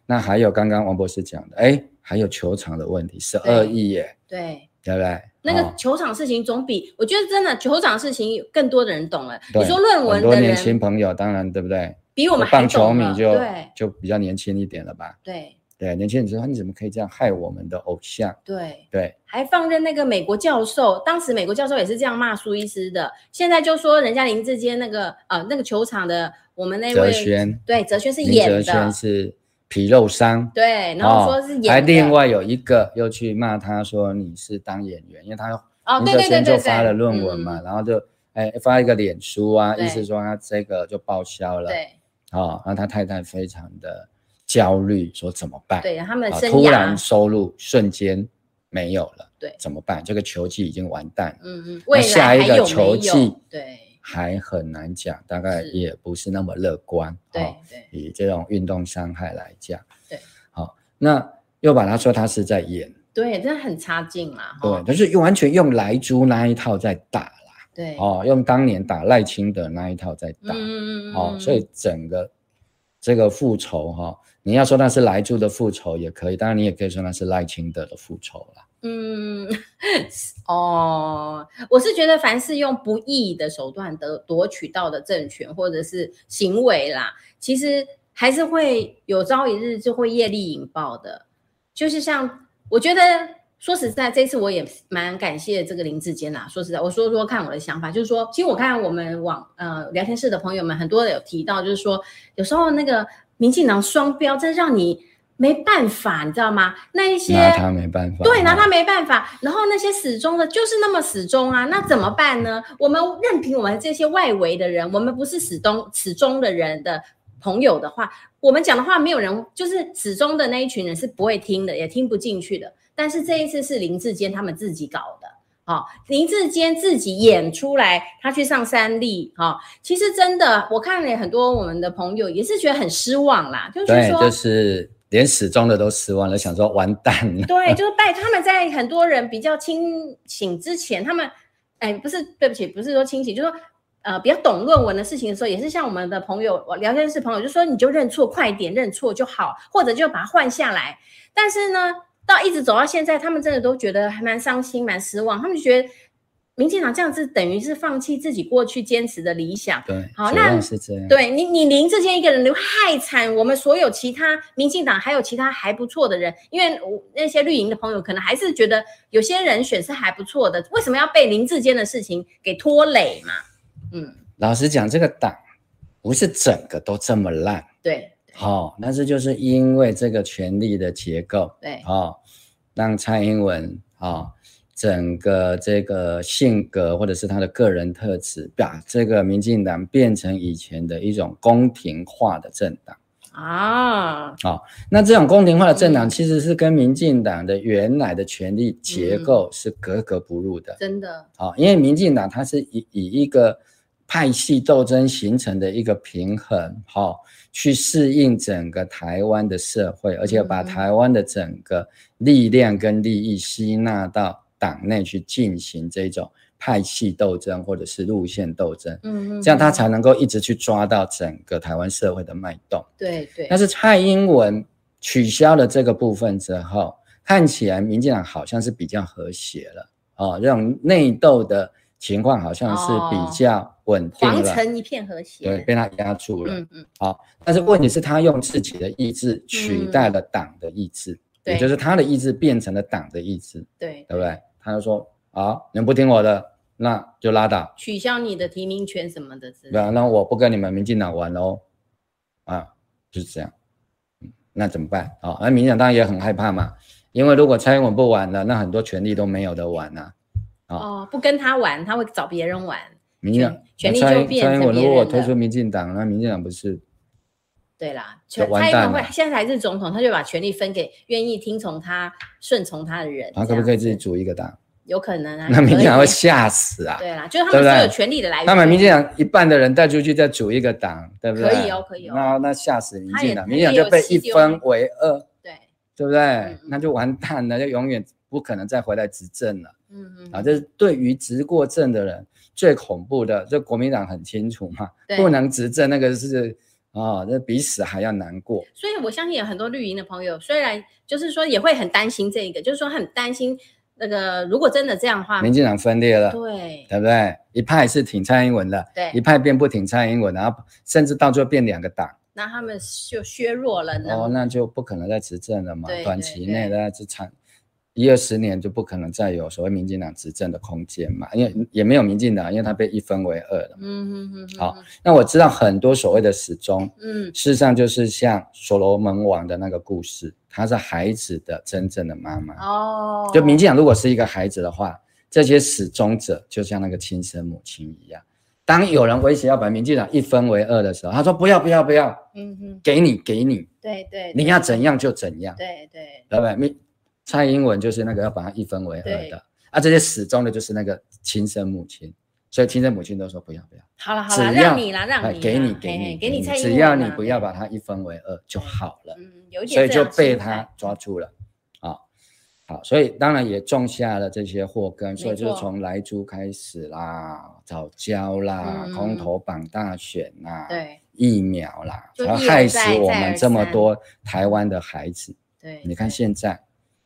[SPEAKER 2] 那还有刚刚王博士讲的，哎，还有球场的问题，十二亿耶，
[SPEAKER 1] 对。
[SPEAKER 2] 对不对？
[SPEAKER 1] 那个
[SPEAKER 2] 哦
[SPEAKER 1] 球场事情总比、我觉得真的球场事情更多的人懂了。
[SPEAKER 2] 对
[SPEAKER 1] 你说论
[SPEAKER 2] 很
[SPEAKER 1] 文
[SPEAKER 2] 多
[SPEAKER 1] 的
[SPEAKER 2] 年轻
[SPEAKER 1] 人
[SPEAKER 2] 朋友，当然对不对？
[SPEAKER 1] 比我们还
[SPEAKER 2] 棒球
[SPEAKER 1] 懂
[SPEAKER 2] 迷
[SPEAKER 1] 了，
[SPEAKER 2] 就
[SPEAKER 1] 对
[SPEAKER 2] 就比较年轻一点了吧？
[SPEAKER 1] 对
[SPEAKER 2] 对，年轻人就说你怎么可以这样害我们的偶像？
[SPEAKER 1] 对，
[SPEAKER 2] 对，
[SPEAKER 1] 还放任那个美国教授，当时美国教授也是这样骂苏医师的，现在就说人家林志坚那个呃那个球场的哎我们那
[SPEAKER 2] 哲
[SPEAKER 1] 位
[SPEAKER 2] 轩，
[SPEAKER 1] 对哲轩是
[SPEAKER 2] 林哲
[SPEAKER 1] 演的
[SPEAKER 2] 轩，是皮肉伤，
[SPEAKER 1] 对，然后说是演的，
[SPEAKER 2] 哦还另外有一个又去骂他说你是当演员，因为他
[SPEAKER 1] 哦
[SPEAKER 2] 林
[SPEAKER 1] 对
[SPEAKER 2] 哲
[SPEAKER 1] 对对
[SPEAKER 2] 轩就
[SPEAKER 1] 对嗯
[SPEAKER 2] 发
[SPEAKER 1] 对
[SPEAKER 2] 了论文嘛，然后就哎发一个脸书啊，
[SPEAKER 1] 对
[SPEAKER 2] 意思说他这个就报销了，
[SPEAKER 1] 对
[SPEAKER 2] 哦，然后他太太非常的焦虑，说怎么办？
[SPEAKER 1] 对，他们的
[SPEAKER 2] 啊
[SPEAKER 1] 生
[SPEAKER 2] 突然
[SPEAKER 1] 涯，
[SPEAKER 2] 收入瞬间没有了，
[SPEAKER 1] 对
[SPEAKER 2] 怎么办？这个球季已经完蛋了，
[SPEAKER 1] 嗯嗯，未来
[SPEAKER 2] 下一
[SPEAKER 1] 还
[SPEAKER 2] 个
[SPEAKER 1] 有
[SPEAKER 2] 球
[SPEAKER 1] 没
[SPEAKER 2] 季
[SPEAKER 1] 有？对，
[SPEAKER 2] 还很难讲，大概
[SPEAKER 1] 是
[SPEAKER 2] 也不是那么乐观。
[SPEAKER 1] 对
[SPEAKER 2] 哦
[SPEAKER 1] 对
[SPEAKER 2] 以这种运动伤害来讲，
[SPEAKER 1] 对，
[SPEAKER 2] 好、那又把他说他是在演，
[SPEAKER 1] 对，真的很差劲啦。
[SPEAKER 2] 对，
[SPEAKER 1] 哦
[SPEAKER 2] 就是用完全用莱猪那一套在打啦，
[SPEAKER 1] 对，
[SPEAKER 2] 哦，用当年打赖清德那一套在打，
[SPEAKER 1] 嗯
[SPEAKER 2] 哦，所以整个这个复仇哈、你要说那是莱猪的复仇也可以，当然你也可以说那是赖清德的复仇啦。
[SPEAKER 1] 嗯， 哦，我是觉得凡是用不义的手段得夺取到的政权或者是行为啦，其实还是会有朝一日就会业力引爆的。就是像我觉得说实在，这次我也蛮感谢这个林志坚啦。说实在，我说说看我的想法，就是说，其实我看我们网呃聊天室的朋友们很多有提到，就是说有时候那个民进党双标，真让你。没办法，你知道吗？那一些
[SPEAKER 2] 拿他没办法。
[SPEAKER 1] 对，拿
[SPEAKER 2] 哦
[SPEAKER 1] 他没办法。然后那些死忠的，就是那么死忠啊，那怎么办呢？我们任凭我们这些外围的人，我们不是死忠死忠的人的朋友的话，我们讲的话没有人，就是死忠的那一群人是不会听的，也听不进去的。但是这一次是林志坚他们自己搞的。哦，林志坚自己演出来，他去上三立，哦，其实真的，我看了很多我们的朋友也是觉得很失望啦，就是
[SPEAKER 2] 对，
[SPEAKER 1] 说，
[SPEAKER 2] 就是连始终的都失望了，想说完蛋 了。
[SPEAKER 1] 对，就是拜他们在很多人比较清醒之前，他们哎，不是对不起，不是说清醒，就是说呃比较懂论文的事情的时候，也是像我们的朋友我聊天室朋友就说，你就认错，快点认错就好，或者就把它换下来。但是呢，到一直走到现在，他们真的都觉得还蛮伤心、蛮失望，他们觉得。民进党这样子等于是放弃自己过去坚持的理想，
[SPEAKER 2] 对，
[SPEAKER 1] 好
[SPEAKER 2] 绝
[SPEAKER 1] 那
[SPEAKER 2] 望是这样。
[SPEAKER 1] 对你，你林志坚一个人留害惨我们所有其他民进党还有其他还不错的人，因为我那些绿营的朋友可能还是觉得有些人选是还不错的，为什么要被林志坚的事情给拖累嘛？嗯，
[SPEAKER 2] 老实讲，这个党不是整个都这么烂，
[SPEAKER 1] 对
[SPEAKER 2] 哦，但是就是因为这个权力的结构，
[SPEAKER 1] 对
[SPEAKER 2] 哦，让蔡英文啊、哦，整个这个性格或者是他的个人特质，把这个民进党变成以前的一种宫廷化的政党。
[SPEAKER 1] 啊，
[SPEAKER 2] 那这种宫廷化的政党
[SPEAKER 1] 嗯
[SPEAKER 2] 其实是跟民进党的原来的权力结构是格格不入的。
[SPEAKER 1] 真的，
[SPEAKER 2] 啊、因为民进党它是以以一个派系斗争形成的一个平衡，好、去适应整个台湾的社会，而且把
[SPEAKER 1] 嗯
[SPEAKER 2] 台湾的整个力量跟利益吸纳到党内去进行这种派系斗争或者是路线斗争，
[SPEAKER 1] 嗯，嗯
[SPEAKER 2] 这样它
[SPEAKER 1] 嗯
[SPEAKER 2] 才能够一直去抓到整个台湾社会的脉动。
[SPEAKER 1] 对对，
[SPEAKER 2] 但是蔡英文取消了这个部分之后，看起来民进党好像是比较和谐了哦，这种内斗的情况好像是比较稳定
[SPEAKER 1] 皇
[SPEAKER 2] 了，
[SPEAKER 1] 哦城一片和谐，
[SPEAKER 2] 对，被他压住了。
[SPEAKER 1] 嗯嗯，
[SPEAKER 2] 但是问题是，他用自己的意志取代了党的意志，
[SPEAKER 1] 嗯对
[SPEAKER 2] 也就是他的意志变成了党的意志，
[SPEAKER 1] 对，
[SPEAKER 2] 对不对？他就说：“好、你们不听我的，那就拉倒，
[SPEAKER 1] 取消你的提名权什么的之类的，
[SPEAKER 2] 那那我不跟你们民进党玩喽，啊，就是这样，嗯那怎么办啊？那、民进党当然也很害怕嘛，因为如果蔡英文不玩了，那很多权利都没有的玩啊。
[SPEAKER 1] 哦，不跟他玩，他会找别人玩，
[SPEAKER 2] 民进党
[SPEAKER 1] 权权力
[SPEAKER 2] 那蔡
[SPEAKER 1] 就变
[SPEAKER 2] 蔡英
[SPEAKER 1] 成
[SPEAKER 2] 文如果
[SPEAKER 1] 别人的
[SPEAKER 2] 推出民进党，那民进党不是
[SPEAKER 1] 对啦，全
[SPEAKER 2] 完
[SPEAKER 1] 蔡英文
[SPEAKER 2] 蛋
[SPEAKER 1] 会
[SPEAKER 2] 了
[SPEAKER 1] 现在还是总统，他就把权力分给愿意听从他、顺从他的人。
[SPEAKER 2] 他
[SPEAKER 1] 这
[SPEAKER 2] 啊可不
[SPEAKER 1] 样
[SPEAKER 2] 可以自
[SPEAKER 1] 子
[SPEAKER 2] 己？组一个党？
[SPEAKER 1] 有可能啊，
[SPEAKER 2] 那民进党
[SPEAKER 1] 可
[SPEAKER 2] 会
[SPEAKER 1] 以
[SPEAKER 2] 吓死 啊！
[SPEAKER 1] 对啦，就是他
[SPEAKER 2] 对
[SPEAKER 1] 们
[SPEAKER 2] 不
[SPEAKER 1] 所
[SPEAKER 2] 对
[SPEAKER 1] 有权力的来源。
[SPEAKER 2] 他把民进党一半的人带出去，再组一个党，对不对？
[SPEAKER 1] 可以哦可以哦
[SPEAKER 2] 那那吓死民
[SPEAKER 1] 他也
[SPEAKER 2] 进党，民
[SPEAKER 1] 他
[SPEAKER 2] 进党
[SPEAKER 1] 也有
[SPEAKER 2] 就被
[SPEAKER 1] 气
[SPEAKER 2] 一
[SPEAKER 1] 丢
[SPEAKER 2] 分为二，
[SPEAKER 1] 对，
[SPEAKER 2] 对不对
[SPEAKER 1] 嗯？
[SPEAKER 2] 那就完蛋了，就永远不可能再回来执政了。
[SPEAKER 1] 嗯嗯，
[SPEAKER 2] 啊，这是对于执过政的人最恐怖的，这国民党很清楚嘛，
[SPEAKER 1] 对
[SPEAKER 2] 不能执政那个是啊，那比死还要难过。
[SPEAKER 1] 所以我相信有很多绿营的朋友，虽然就是说也会很担心这个，就是说很担心那个，如果真的这样的话，
[SPEAKER 2] 民进党分裂了，
[SPEAKER 1] 啊对
[SPEAKER 2] 对不对？一派是挺蔡英文的，一
[SPEAKER 1] 对，
[SPEAKER 2] 派变不挺蔡英文，然后甚至到最后变两个党，
[SPEAKER 1] 那他们就削弱了呢。
[SPEAKER 2] 哦，那就不可能再执政了嘛
[SPEAKER 1] 嗯对，
[SPEAKER 2] 短
[SPEAKER 1] 对
[SPEAKER 2] 期
[SPEAKER 1] 对
[SPEAKER 2] 内大概是长一二十年就不可能再有所谓民进党执政的空间嘛，因为也没有民进党，因为它被一分为二了。
[SPEAKER 1] 嗯嗯嗯，嗯
[SPEAKER 2] 好，那我知道很多所谓的始终，
[SPEAKER 1] 嗯
[SPEAKER 2] 事实上就是像所罗门王的那个故事，她是孩子的真正的妈妈。
[SPEAKER 1] 哦，
[SPEAKER 2] 就民进党如果是一个孩子的话，这些始终者就像那个亲生母亲一样。当有人威胁要把民进党一分为二的时候，他说不要不要不要，
[SPEAKER 1] 嗯嗯，
[SPEAKER 2] 给你给你，
[SPEAKER 1] 对对，
[SPEAKER 2] 你
[SPEAKER 1] 对
[SPEAKER 2] 要怎样就怎样，
[SPEAKER 1] 对对
[SPEAKER 2] 对不对？民蔡英文就是那个要把它一分为二
[SPEAKER 1] 对
[SPEAKER 2] 的，啊，这些始终的就是那个亲生母亲，所以亲生母亲都说不要不要，
[SPEAKER 1] 好了好
[SPEAKER 2] 只
[SPEAKER 1] 了，
[SPEAKER 2] 要
[SPEAKER 1] 让你啦，让
[SPEAKER 2] 哎
[SPEAKER 1] 你啦，
[SPEAKER 2] 给你
[SPEAKER 1] 嘿
[SPEAKER 2] 给
[SPEAKER 1] 嘿
[SPEAKER 2] 你
[SPEAKER 1] 给你蔡英文啊
[SPEAKER 2] 只要你
[SPEAKER 1] 啦
[SPEAKER 2] 不要把它一分为二就好了，
[SPEAKER 1] 嗯，有一点
[SPEAKER 2] 所以
[SPEAKER 1] 这
[SPEAKER 2] 就
[SPEAKER 1] 样
[SPEAKER 2] 被
[SPEAKER 1] 心
[SPEAKER 2] 他
[SPEAKER 1] 态
[SPEAKER 2] 抓住了啊。好，所以当然也种下了这些祸根，所以就
[SPEAKER 1] 没
[SPEAKER 2] 是
[SPEAKER 1] 错
[SPEAKER 2] 从莱猪开始啦，早教啦，
[SPEAKER 1] 嗯
[SPEAKER 2] 空头绑大选啦，
[SPEAKER 1] 对
[SPEAKER 2] 疫苗啦，
[SPEAKER 1] 就
[SPEAKER 2] 然后
[SPEAKER 1] 一而
[SPEAKER 2] 害死
[SPEAKER 1] 再
[SPEAKER 2] 我
[SPEAKER 1] 再
[SPEAKER 2] 们
[SPEAKER 1] 而
[SPEAKER 2] 这么
[SPEAKER 1] 三
[SPEAKER 2] 多台湾的孩子。
[SPEAKER 1] 对，
[SPEAKER 2] 你看现在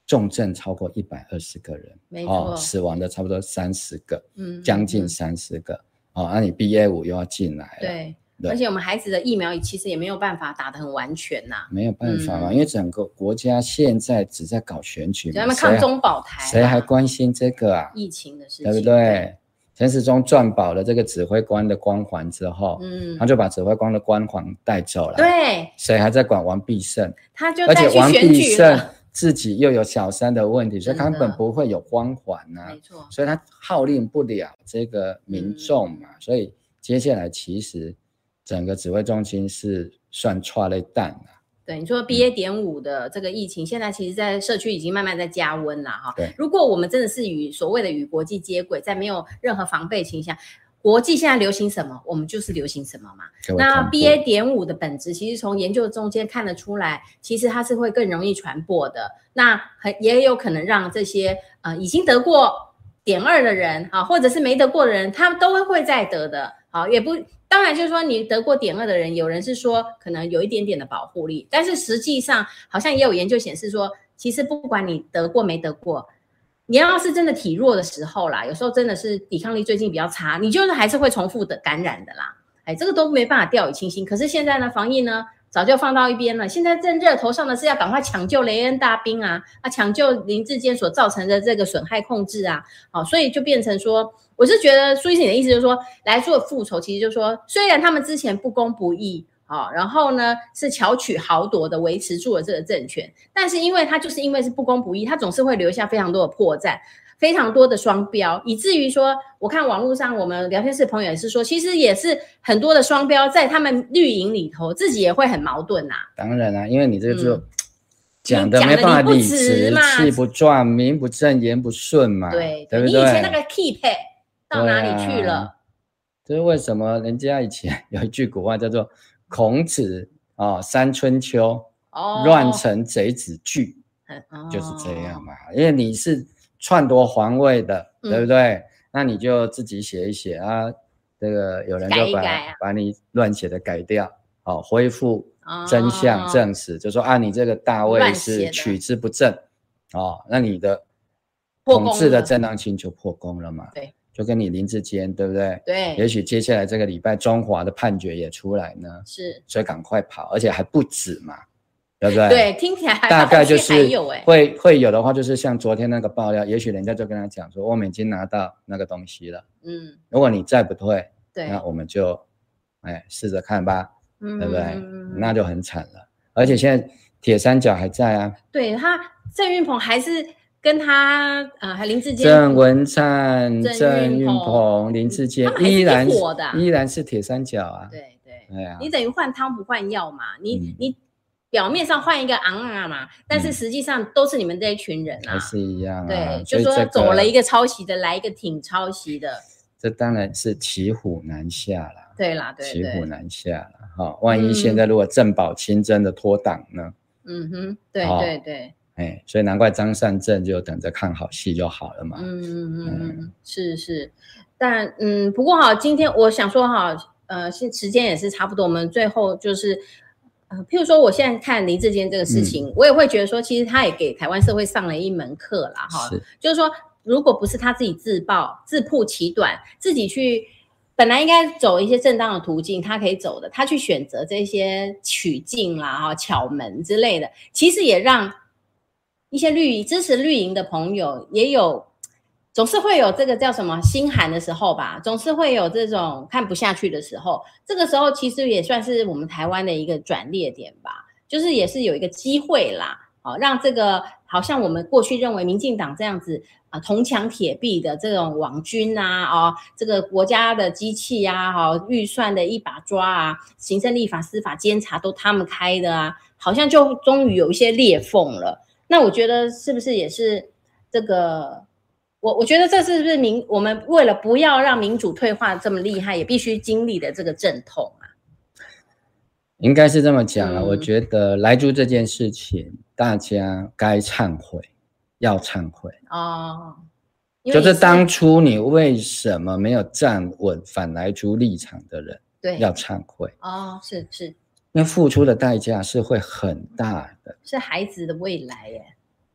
[SPEAKER 2] 重症超过一百二十个人，
[SPEAKER 1] 没
[SPEAKER 2] 哦
[SPEAKER 1] 错，
[SPEAKER 2] 死亡的差不多三十个，
[SPEAKER 1] 嗯，
[SPEAKER 2] 将
[SPEAKER 1] 嗯
[SPEAKER 2] 近
[SPEAKER 1] 嗯
[SPEAKER 2] 三十个。哦，那、你 BA 五又要进来了，
[SPEAKER 1] 对。
[SPEAKER 2] 对
[SPEAKER 1] 而且我们孩子的疫苗其实也没有办法打得很完全呐、
[SPEAKER 2] 没有办法嘛，
[SPEAKER 1] 嗯
[SPEAKER 2] 因为整个国家现在只在搞选举
[SPEAKER 1] 就他
[SPEAKER 2] 嘛，
[SPEAKER 1] 们
[SPEAKER 2] 谁
[SPEAKER 1] 抗
[SPEAKER 2] 还
[SPEAKER 1] 中保台嘛，
[SPEAKER 2] 谁还关心这个啊？
[SPEAKER 1] 疫情的事情，
[SPEAKER 2] 对不？对？陈时中赚饱了这个指挥官的光环之后，
[SPEAKER 1] 嗯
[SPEAKER 2] 他，就把指挥官的光环带走了，，
[SPEAKER 1] 对，
[SPEAKER 2] 谁还在管王必胜？
[SPEAKER 1] 他就
[SPEAKER 2] 而
[SPEAKER 1] 再
[SPEAKER 2] 且
[SPEAKER 1] 去
[SPEAKER 2] 王
[SPEAKER 1] 选
[SPEAKER 2] 必
[SPEAKER 1] 举
[SPEAKER 2] 胜
[SPEAKER 1] 了，
[SPEAKER 2] 自己又有小三的问题，所以
[SPEAKER 1] 真
[SPEAKER 2] 根
[SPEAKER 1] 的
[SPEAKER 2] 本不会有光环呐、
[SPEAKER 1] 没错，嗯
[SPEAKER 2] 所以他号令不了这个民众嘛，所以接下来其实整个指挥中心是算错了蛋了，
[SPEAKER 1] 对，你说 BA 点五的这个疫情，现在其实，在社区已经慢慢在加温了哈。
[SPEAKER 2] 对
[SPEAKER 1] 如果我们真的是与所谓的与国际接轨，在没有任何防备情况下，国际现在流行什么，我们就是流行什么嘛。
[SPEAKER 2] 各位
[SPEAKER 1] 那
[SPEAKER 2] 同步
[SPEAKER 1] BA 点五的本质，其实从研究中间看得出来，其实它是会更容易传播的。那很也有可能让这些呃已经得过点二的人啊，或者是没得过的人，他们都会再得的。好，也不当然就是说你得过点二的人，有人是说可能有一点点的保护力，但是实际上好像也有研究显示说，其实不管你得过没得过。你要是真的体弱的时候啦，有时候真的是抵抗力最近比较差，你就是还是会重复的感染的啦。哎，这个都没办法掉以轻心。可是现在呢，防疫呢早就放到一边了，现在正热头上的是要赶快抢救雷恩大兵啊，啊，抢救林志坚所造成的这个损害控制啊，好、所以就变成说，我是觉得苏医生你的意思就是说，来做复仇，其实就是说，虽然他们之前不公不义。好、然后呢是巧取豪夺的维持住了这个政权，但是因为他就是因为是不公不义，他总是会留下非常多的破绽，非常多的双标，以至于说，我看网络上我们聊天室朋友也是说，其实也是很多的双标，在他们绿营里头，自己也会很矛盾呐、
[SPEAKER 2] 当然啦、啊因为你这个就、
[SPEAKER 1] 嗯
[SPEAKER 2] 讲的没办法理直
[SPEAKER 1] 你讲得理不直嘛
[SPEAKER 2] 气不壮，名不正言不顺嘛，
[SPEAKER 1] 对，
[SPEAKER 2] 不
[SPEAKER 1] 你
[SPEAKER 2] 啊对？
[SPEAKER 1] 以前那个 keep 到哪里去
[SPEAKER 2] 对啊
[SPEAKER 1] 了？
[SPEAKER 2] 这是为什么人家以前有一句古话叫做“孔子啊、三春秋，
[SPEAKER 1] 哦，
[SPEAKER 2] 乱臣贼子惧”，
[SPEAKER 1] 嗯
[SPEAKER 2] 就是这样。嘛。因为你是篡夺皇位的，
[SPEAKER 1] 嗯
[SPEAKER 2] 对不对？那你就自己写一写啊，这个有人
[SPEAKER 1] 改
[SPEAKER 2] 就
[SPEAKER 1] 一
[SPEAKER 2] 把
[SPEAKER 1] 改啊
[SPEAKER 2] 把你乱写的改掉，哦，恢复
[SPEAKER 1] 哦
[SPEAKER 2] 真相证实，就说啊，你这个大卫
[SPEAKER 1] 乱写
[SPEAKER 2] 是
[SPEAKER 1] 的
[SPEAKER 2] 取之不正，哦，那你的
[SPEAKER 1] 破
[SPEAKER 2] 统
[SPEAKER 1] 功
[SPEAKER 2] 治的
[SPEAKER 1] 了
[SPEAKER 2] 正当性就破功了嘛。
[SPEAKER 1] 对，
[SPEAKER 2] 就跟你林志坚，对不对？也
[SPEAKER 1] 对，
[SPEAKER 2] 许接下来这个礼拜中华的判决也出来呢，
[SPEAKER 1] 是，
[SPEAKER 2] 所以赶快跑，而且还不止嘛，对不对？
[SPEAKER 1] 对，听起来还
[SPEAKER 2] 哎大概就
[SPEAKER 1] 还
[SPEAKER 2] 是
[SPEAKER 1] 有哎，
[SPEAKER 2] 会会有的话，就是像昨天那个爆料，也许人家就跟他讲说，我们已经拿到那个东西了，
[SPEAKER 1] 嗯，
[SPEAKER 2] 如果你再不退，
[SPEAKER 1] 对，嗯
[SPEAKER 2] 那我们就哎试着看吧，
[SPEAKER 1] 对
[SPEAKER 2] 对不对？那就很惨了。而且现在铁三角还在啊，
[SPEAKER 1] 对他郑运鹏还是跟他呃，还林志坚
[SPEAKER 2] 郑文灿、
[SPEAKER 1] 郑
[SPEAKER 2] 郑
[SPEAKER 1] 运
[SPEAKER 2] 运
[SPEAKER 1] 鹏嗯
[SPEAKER 2] 鹏、林志坚
[SPEAKER 1] 他们还是
[SPEAKER 2] 依
[SPEAKER 1] 一
[SPEAKER 2] 然
[SPEAKER 1] 伙的啊
[SPEAKER 2] 依然是铁三角啊，
[SPEAKER 1] 对对，
[SPEAKER 2] 对啊，
[SPEAKER 1] 你等于换汤不换药嘛，你、
[SPEAKER 2] 嗯
[SPEAKER 1] 你表面上换一个昂啊嘛，但是
[SPEAKER 2] 嗯
[SPEAKER 1] 实际上都是你们这一群人啊
[SPEAKER 2] 还。是一样啊
[SPEAKER 1] 对，，就
[SPEAKER 2] 所以
[SPEAKER 1] 说
[SPEAKER 2] 这
[SPEAKER 1] 走了一
[SPEAKER 2] 个，
[SPEAKER 1] 个抄袭的，来一个挺抄袭的，
[SPEAKER 2] 这当然是骑虎难下啦。
[SPEAKER 1] 对啦，对
[SPEAKER 2] 骑
[SPEAKER 1] 对，
[SPEAKER 2] 虎难下了哈、万一现在如果郑宝清真的脱党呢？
[SPEAKER 1] 嗯哼，对
[SPEAKER 2] 哦
[SPEAKER 1] 对对，
[SPEAKER 2] 哎，所以难怪张善政就等着看好戏就好了嘛。
[SPEAKER 1] 嗯嗯嗯嗯，是是，但嗯，不过哈，今天我想说哈，呃，现时间也是差不多，我们最后就是。呃，譬如说，我现在看林志坚这个事情，我也会觉得说，其实他也给台湾社会上了一门课啦，哈。
[SPEAKER 2] 是，
[SPEAKER 1] 就是说，如果不是他自己自曝、自曝其短，自己去本来应该走一些正当的途径，他可以走的，他去选择这些曲径啦、哈、巧门之类的，其实也让一些绿营支持绿营的朋友也有。总是会有这个叫什么心寒的时候吧，总是会有这种看不下去的时候。这个时候其实也算是我们台湾的一个转捩点吧。就是也是有一个机会啦，好、啊让这个好像我们过去认为民进党这样子啊、铜墙铁壁的这种网军啊，哦，这个国家的机器啊，哦，预算的一把抓啊，行政、立法、司法、监察都他们开的啊，好像就终于有一些裂缝了。那我觉得是不是也是这个我我觉得这是不是民我们为了不要让民主退化这么厉害，也必须经历的这个阵痛啊？
[SPEAKER 2] 应该是这么讲了、
[SPEAKER 1] 嗯
[SPEAKER 2] 我觉得莱猪这件事情，大家该忏悔，要忏悔。
[SPEAKER 1] 哦，因为
[SPEAKER 2] 就是
[SPEAKER 1] 你
[SPEAKER 2] 当初你为什么没有站稳反莱猪立场的人，
[SPEAKER 1] 对
[SPEAKER 2] 要忏悔，
[SPEAKER 1] 哦，是是
[SPEAKER 2] 因为付出的代价是会很大的。
[SPEAKER 1] 是孩子的未来耶，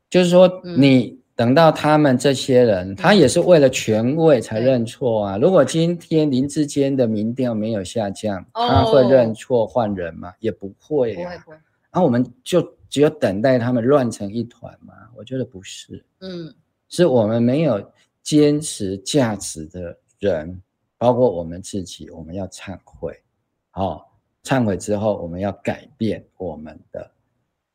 [SPEAKER 2] 就是说，
[SPEAKER 1] 嗯
[SPEAKER 2] 你等到他们这些人，他也是为了权位才认错啊。如果今天林志坚的民调没有下降，
[SPEAKER 1] 哦
[SPEAKER 2] 他会认错换人吗？也不会
[SPEAKER 1] 不
[SPEAKER 2] 呀、
[SPEAKER 1] 会
[SPEAKER 2] 啊。
[SPEAKER 1] 不会，
[SPEAKER 2] 那、我们就只有等待他们乱成一团吗？我觉得不是，
[SPEAKER 1] 嗯
[SPEAKER 2] 是我们没有坚持价值的人，包括我们自己，我们要忏悔。哦，忏悔之后，我们要改变我们的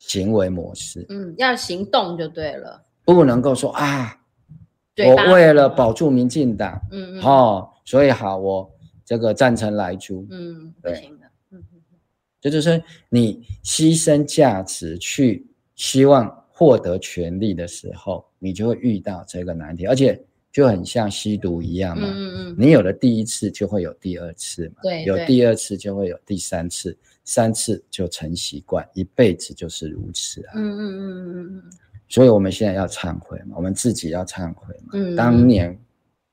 [SPEAKER 2] 行为模式。
[SPEAKER 1] 嗯，要行动就对了，
[SPEAKER 2] 不能够说啊，
[SPEAKER 1] 对
[SPEAKER 2] 我
[SPEAKER 1] 吧
[SPEAKER 2] 为了保住民进党，
[SPEAKER 1] 嗯嗯
[SPEAKER 2] 哦，所以好，我这个赞成来猪，
[SPEAKER 1] 嗯，不
[SPEAKER 2] 对
[SPEAKER 1] 行的，嗯嗯嗯
[SPEAKER 2] 这就是你牺牲价值去希望获得权利的时候，你就会遇到这个难题，而且就很像吸毒一样嘛，
[SPEAKER 1] 嗯嗯嗯，
[SPEAKER 2] 你有了第一次就会有第二次嘛，
[SPEAKER 1] 对
[SPEAKER 2] 有
[SPEAKER 1] 对
[SPEAKER 2] 第二次就会有第三次，三次就成习惯，一辈子就是如此啊。
[SPEAKER 1] 嗯嗯嗯嗯嗯
[SPEAKER 2] 所以我们现在要忏悔嘛，我们自己要忏悔嘛。
[SPEAKER 1] 嗯，
[SPEAKER 2] 当年，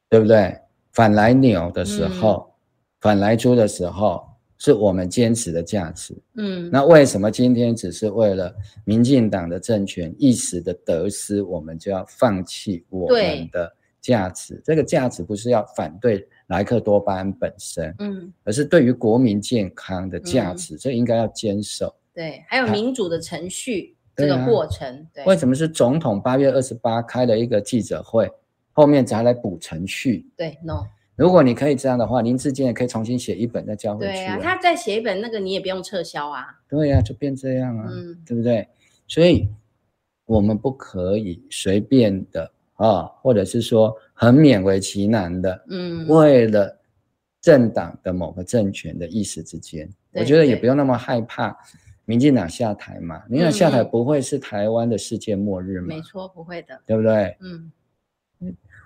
[SPEAKER 2] 对不对？反来牛的
[SPEAKER 1] 嗯
[SPEAKER 2] 时候，反来猪的时候，是我们坚持的价值。
[SPEAKER 1] 嗯
[SPEAKER 2] 那为什么今天只是为了民进党的政权一时的得失，我们就要放弃我
[SPEAKER 1] 对
[SPEAKER 2] 们的价值？这个价值不是要反对莱克多巴胺本身，
[SPEAKER 1] 嗯
[SPEAKER 2] 而是对于国民健康的价
[SPEAKER 1] 嗯
[SPEAKER 2] 值，这应该要坚守。
[SPEAKER 1] 对，还有民主的程序这个
[SPEAKER 2] 对啊
[SPEAKER 1] 过程，对，
[SPEAKER 2] 为什么是总统八月二十八开了一个记者会，后面才来补程序？
[SPEAKER 1] 对，no，
[SPEAKER 2] 如果你可以这样的话，林志坚也可以重新写一本再交回
[SPEAKER 1] 对
[SPEAKER 2] 去、
[SPEAKER 1] 啊，他再写一本那个你也不用撤销啊，
[SPEAKER 2] 对呀、就变这样啊，
[SPEAKER 1] 嗯
[SPEAKER 2] 对不对？所以我们不可以随便的啊，或者是说很勉为其难的，
[SPEAKER 1] 嗯，
[SPEAKER 2] 为了政党的某个政权的一时之间，
[SPEAKER 1] 对
[SPEAKER 2] 我觉得也
[SPEAKER 1] 对
[SPEAKER 2] 不用那么害怕。民进党下台嘛，民进党下台
[SPEAKER 1] 嗯嗯
[SPEAKER 2] 不会是台湾的世界末日嘛，
[SPEAKER 1] 没错，不会的，
[SPEAKER 2] 对不对？
[SPEAKER 1] 嗯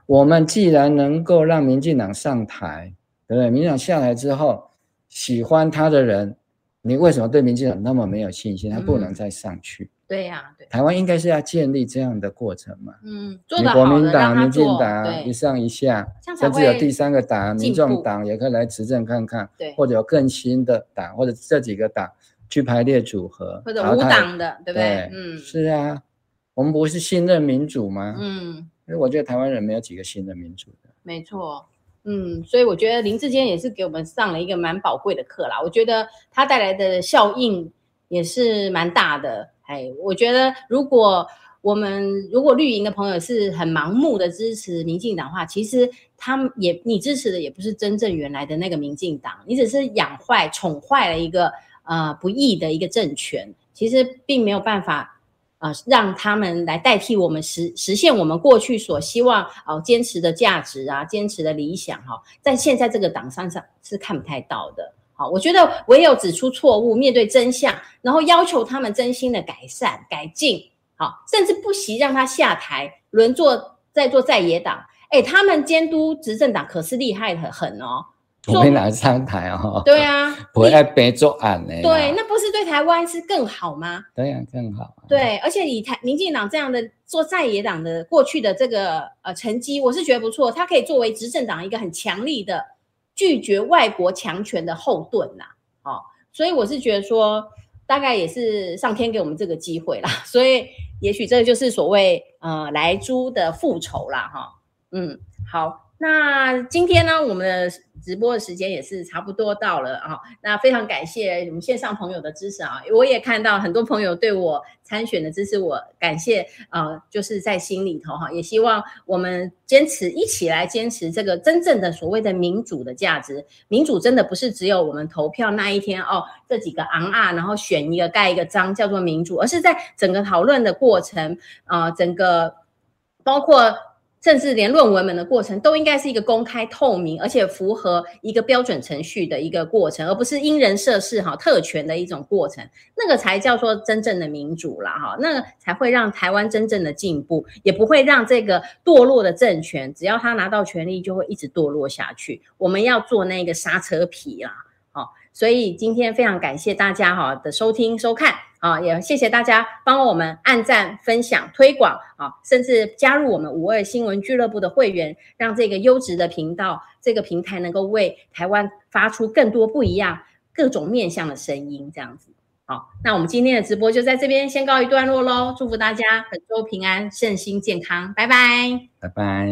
[SPEAKER 2] 我们既然能够让民进党上台，对不对？民进党下来之后，喜欢他的人，你为什么对民进党那么没有信心？他
[SPEAKER 1] 嗯
[SPEAKER 2] 不能再上去。
[SPEAKER 1] 对呀、对，
[SPEAKER 2] 台湾应该是要建立这样的过程嘛？
[SPEAKER 1] 嗯，做
[SPEAKER 2] 你
[SPEAKER 1] 得
[SPEAKER 2] 国
[SPEAKER 1] 好
[SPEAKER 2] 民
[SPEAKER 1] 的让
[SPEAKER 2] 党、
[SPEAKER 1] 他
[SPEAKER 2] 民进
[SPEAKER 1] 做，
[SPEAKER 2] 党一
[SPEAKER 1] 对
[SPEAKER 2] 上一下
[SPEAKER 1] 这样，才
[SPEAKER 2] 甚至
[SPEAKER 1] 会
[SPEAKER 2] 有第三个党，
[SPEAKER 1] 进
[SPEAKER 2] 民
[SPEAKER 1] 步
[SPEAKER 2] 众党也可以来执政看看，
[SPEAKER 1] 对，
[SPEAKER 2] 或者有更新的党，或者这几个党去排列组合，
[SPEAKER 1] 或者
[SPEAKER 2] 淘
[SPEAKER 1] 无
[SPEAKER 2] 汰
[SPEAKER 1] 党的，对
[SPEAKER 2] 对
[SPEAKER 1] 不对？嗯
[SPEAKER 2] 是啊，我们不是信任民主吗？
[SPEAKER 1] 嗯，
[SPEAKER 2] 因为我觉得台湾人没有几个信任民主的。
[SPEAKER 1] 没错。嗯，所以我觉得林志坚也是给我们上了一个蛮宝贵的课啦。我觉得他带来的效应也是蛮大的。哎，我觉得如果我们如果绿营的朋友是很盲目的支持民进党的话，其实他们也你支持的也不是真正原来的那个民进党，你只是养坏、宠坏了一个呃不义的一个政权，其实并没有办法啊、让他们来代替我们实实现我们过去所希望哦、坚持的价值啊，坚持的理想哈、在现在这个党上上是看不太到的。好，我觉得唯有指出错误，面对真相，然后要求他们真心的改善、改进，好，甚至不惜让他下台，轮坐再做在野党。哎，他们监督执政党可是厉害很很哦。
[SPEAKER 2] 我们拿上台哦。
[SPEAKER 1] 对，啊，
[SPEAKER 2] 不会爱啊白做案呢。
[SPEAKER 1] 对，，那不是对台湾是更好吗？
[SPEAKER 2] 对呀、更好、啊。，
[SPEAKER 1] 对，而且以台民进党这样的做在野党的过去的这个呃成绩，我是觉得不错，它可以作为执政党一个很强力的拒绝外国强权的后盾呐、哦，所以我是觉得说，大概也是上天给我们这个机会啦，所以也许这就是所谓呃来猪的复仇啦，哈、嗯，好，那今天呢，我们的直播的时间也是差不多到了啊。那非常感谢我们线上朋友的支持啊，我也看到很多朋友对我参选的支持，我感谢呃，就是在心里头哈、也希望我们坚持一起来坚持这个真正的所谓的民主的价值。民主真的不是只有我们投票那一天哦，这几个昂啊，然后选一个盖一个章叫做民主，而是在整个讨论的过程，呃，整个包括甚至连论文门的过程，都应该是一个公开、透明，而且符合一个标准程序的一个过程，而不是因人设事哈特权的一种过程。那个才叫做真正的民主啦哈，那个才会让台湾真正的进步，也不会让这个堕落的政权，只要他拿到权力，就会一直堕落下去。我们要做那个刹车皮啦。所以今天非常感谢大家哈的收听收看啊，也谢谢大家帮我们按赞、分享、推广啊，甚至加入我们五二新闻俱乐部的会员，让这个优质的频道、这个平台能够为台湾发出更多不一样、各种面向的声音，这样子。好，那我们今天的直播就在这边先告一段落喽，祝福大家本周平安、身心健康，拜拜。
[SPEAKER 2] 拜拜。